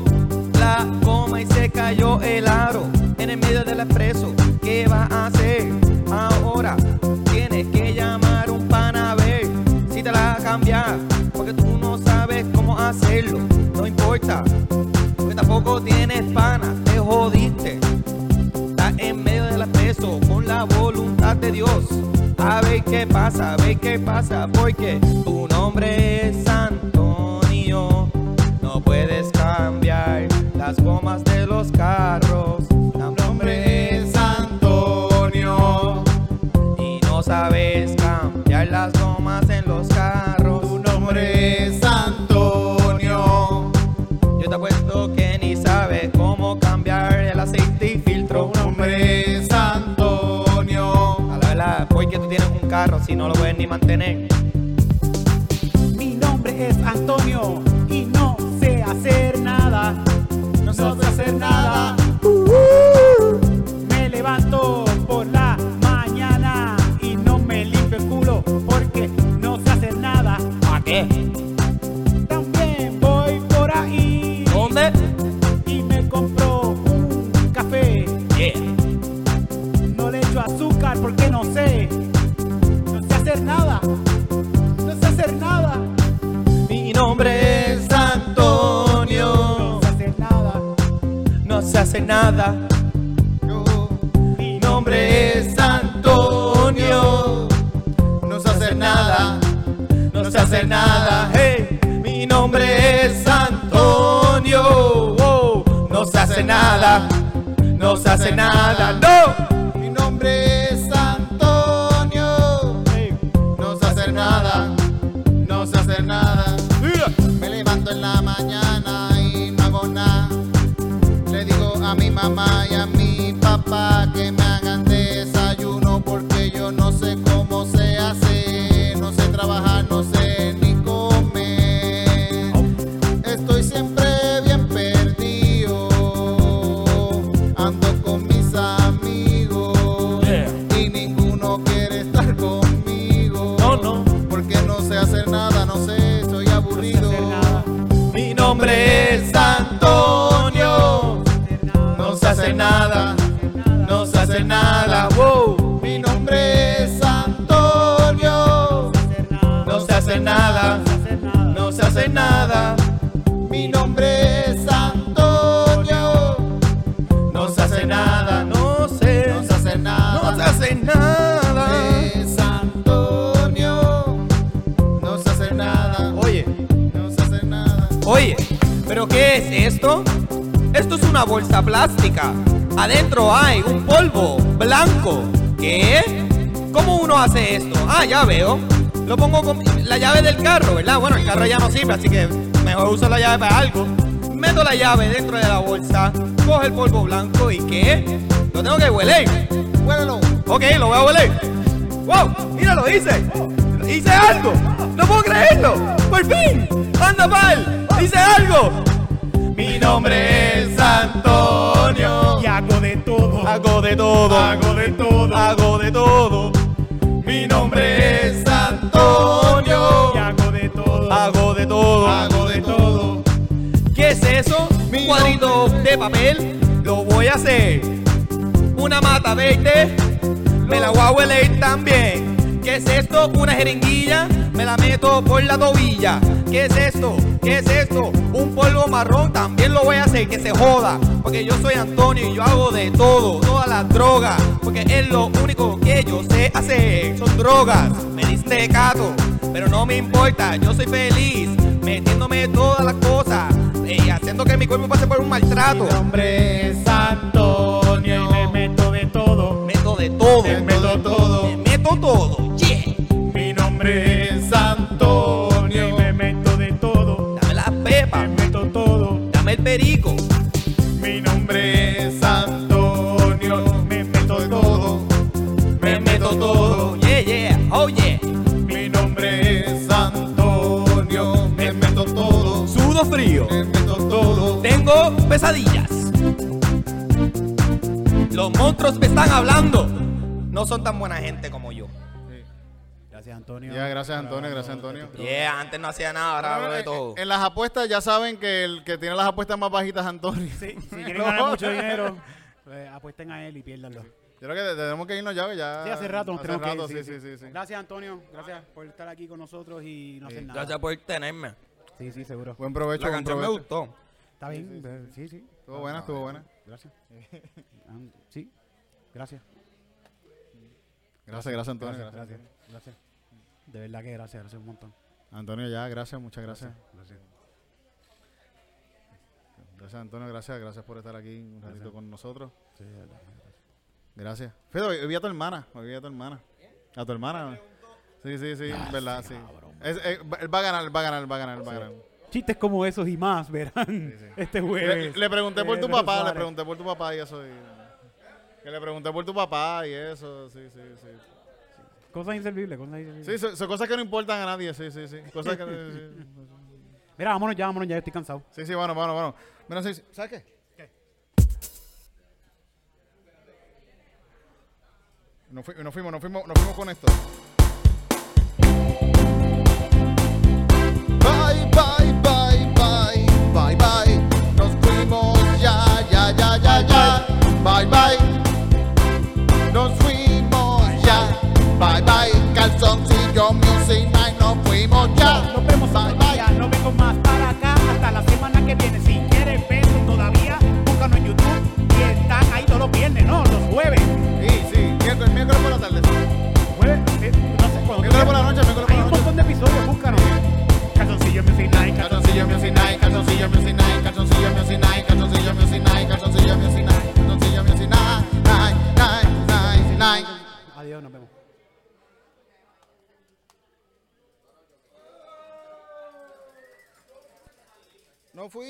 la goma y se cayó el aro en el medio del expreso. ¿Qué vas a hacer ahora? Tienes que llamar a un pan a ver si te la va a cambiar, porque tú no sabes cómo hacerlo. No importa, porque tampoco tienes pana, te jodiste. Estás en medio del expreso con la voluntad de Dios. A ver qué pasa, a ver qué pasa, porque tu nombre es Antonio. No puedes cambiar las gomas de los carros. Tu nombre es Antonio. Y no sabes cambiar las gomas en los carros. Tu nombre es Antonio. Yo te apuesto que ni sabes cómo cambiar el aceite y filtro. Un hombre es Antonio. A la verdad, porque tú tienes un carro si no lo puedes ni mantener. Mi nombre es Antonio y no sé hacer nada. No sé hacer nada. Me levanto por la mañana y no me limpio el culo porque no sé hacer nada. ¿Para qué? También voy por ahí ¿Dónde? y me compro un café. Yeah. No le echo azúcar porque no sé. No sé hacer nada. No sé hacer nada. Mi nombre es No Antonio. sé hacer nada. No se hace nada. Mi Mi nombre es Antonio. No se hace nada. no se hace nada. Hey, mi nombre es Antonio. Oh, Wow, no se hace nada, no se hace nada. No, mi nombre es Antonio. No se hace nada. No se hace nada. Me levanto en la mañana y no hago nada. Le digo a mi mamá y a mi papá que me hagan desayuno porque yo no sé cómo se hace. No sé trabajar, no sé ni comer. Estoy siempre bien perdido. Ando con mis amigos Eh. y ninguno quiere estar conmigo. No, no. Porque no sé hacer nada, no sé, estoy aburrido. Mi nombre es Antonio. No se hace nada, no se hace sabe nada. Wow. Mi nombre es Antonio. No se hace nada. No se hace nada. Mi nombre es Antonio. No se hace nada. No sé, No se hace nada. no se hace nada. Es Antonio. No se hace nada. Oye, No se hace nada. oye, ¿pero qué es esto? Esto es una bolsa plástica. Adentro hay un polvo blanco. ¿Qué? ¿Cómo uno hace esto? Ah, ya veo. Lo pongo con mi- la llave del carro, ¿verdad? Bueno, el carro ya no sirve, así que mejor uso la llave para algo. Meto la llave dentro de la bolsa, coge el polvo blanco y ¿qué? Lo tengo que hueler. Huélelo. Ok, lo voy a hueler. ¡Wow! ¡Mira, lo hice! ¡Hice algo! ¡No puedo creerlo! ¡Por fin! ¡Anda, pal! ¡Hice algo! Mi nombre es Antonio. Y hago de todo. Hago de todo, Hago de todo. hago de todo. Mi nombre es Antonio. Y hago de todo. Hago de todo, hago de todo. ¿Qué es eso? Un cuadrito de papel. Lo voy a hacer. Una mata verde. Me la voy a hueler también. ¿Qué es esto? Una jeringuilla. Me la meto por la tobilla. ¿Qué es esto? ¿Qué es esto? Un polvo marrón también lo voy a hacer. Que se joda. Porque yo soy Antonio y yo hago de todo. Todas las drogas. Porque es lo único que yo sé hacer. Son drogas. Me diste gato. Pero no me importa. Yo soy feliz. Metiéndome todas las cosas. Y haciendo que mi cuerpo pase por un maltrato. Nombre es Antonio. Me meto de todo. Meto de todo. Me meto todo. Me meto todo. Yeah. Mi nombre es Antonio. Me meto de todo. Dame la pepa. Me meto todo. Dame el perico. Mi nombre es Antonio. Me meto todo, me meto todo. Yeah, yeah. Oh, yeah. Mi nombre es Antonio. Me meto todo, Sudo frío. me meto todo. Tengo pesadillas. Los monstruos me están hablando. No son tan buena gente como yo. Gracias, Antonio. Ya, gracias Antonio, gracias Antonio. Yeah, antes no hacía nada, Ah, ahora hago Bueno, eh, de en- todo. En las apuestas ya saben que el que tiene las apuestas más bajitas es Antonio. Sí, si quieren No. ganar mucho dinero, pues, apuesten a él y piérdanlo. Yo creo que te- tenemos que irnos ya, que ya. Sí, hace rato nos ah, hace tenemos que rato, ir, sí, sí, sí, sí. Gracias, Antonio. Gracias por estar aquí con nosotros y no hacer nada. Gracias por tenerme. Sí, sí, seguro. Buen provecho, La buen canción me provecho. gustó. Está bien. eh, Sí, sí. Estuvo buena, estuvo buena. Gracias. Ah, Sí. Gracias. Gracias, gracias Antonio. Gracias, gracias. gracias. Gracias. De verdad que gracias, gracias un montón. Antonio, ya, gracias, muchas gracias. Gracias. Antonio, gracias, gracias por estar aquí un ratito con nosotros. Gracias. Fede, hoy hoy vi a tu hermana, hoy vi a tu hermana. A tu hermana. Sí, sí, sí, verdad, sí. Es- eh, va- él va a ganar, él va a ganar, él va a ganar, él va a ganar. Chistes como esos y más verán este Le, jueves. le pregunté por Eh, tu Pedro papá, le Suárez. pregunté por tu papá y eso. y- que le pregunté por tu papá y eso, sí, sí, sí. Cosas inservibles, cosas inservibles. Sí, son, son cosas que no importan a nadie, sí, sí, sí. Cosas que... sí, sí. Mira, vámonos ya, vámonos ya, estoy cansado. Sí, sí, bueno, bueno, bueno. Mira, sí, sí. ¿sabes qué? Nos, fui- nos fuimos, nos fuimos, nos fuimos con esto. Bye, bye, bye, bye, bye, bye. Nos fuimos ya, ya, ya, ya, ya. Bye, bye. Nos fuimos ya. Bye, bye. Calzoncillo Music Night. Nos fuimos ya. Nos vemos bye, otro bye. día, no vengo más para acá hasta la semana que viene. Si quieres verlo todavía, búscanos en YouTube y están ahí todos los viernes, no, los jueves. Sí, sí. Miércoles, miércoles por la tarde. Jueves, eh, no sé cuándo. Miércoles por la noche, miércoles por Hay la un noche. montón de episodios, búscanos. Calzoncillo Music Night, Calzoncillo calzoncillo. Music Night, calzoncillo Music Night, calzoncillo Music Night, calzoncillo Music Night, calzoncillo Music Night, calzoncillo Music Night, night, night, night, night. Adiós, nos vemos. No fui.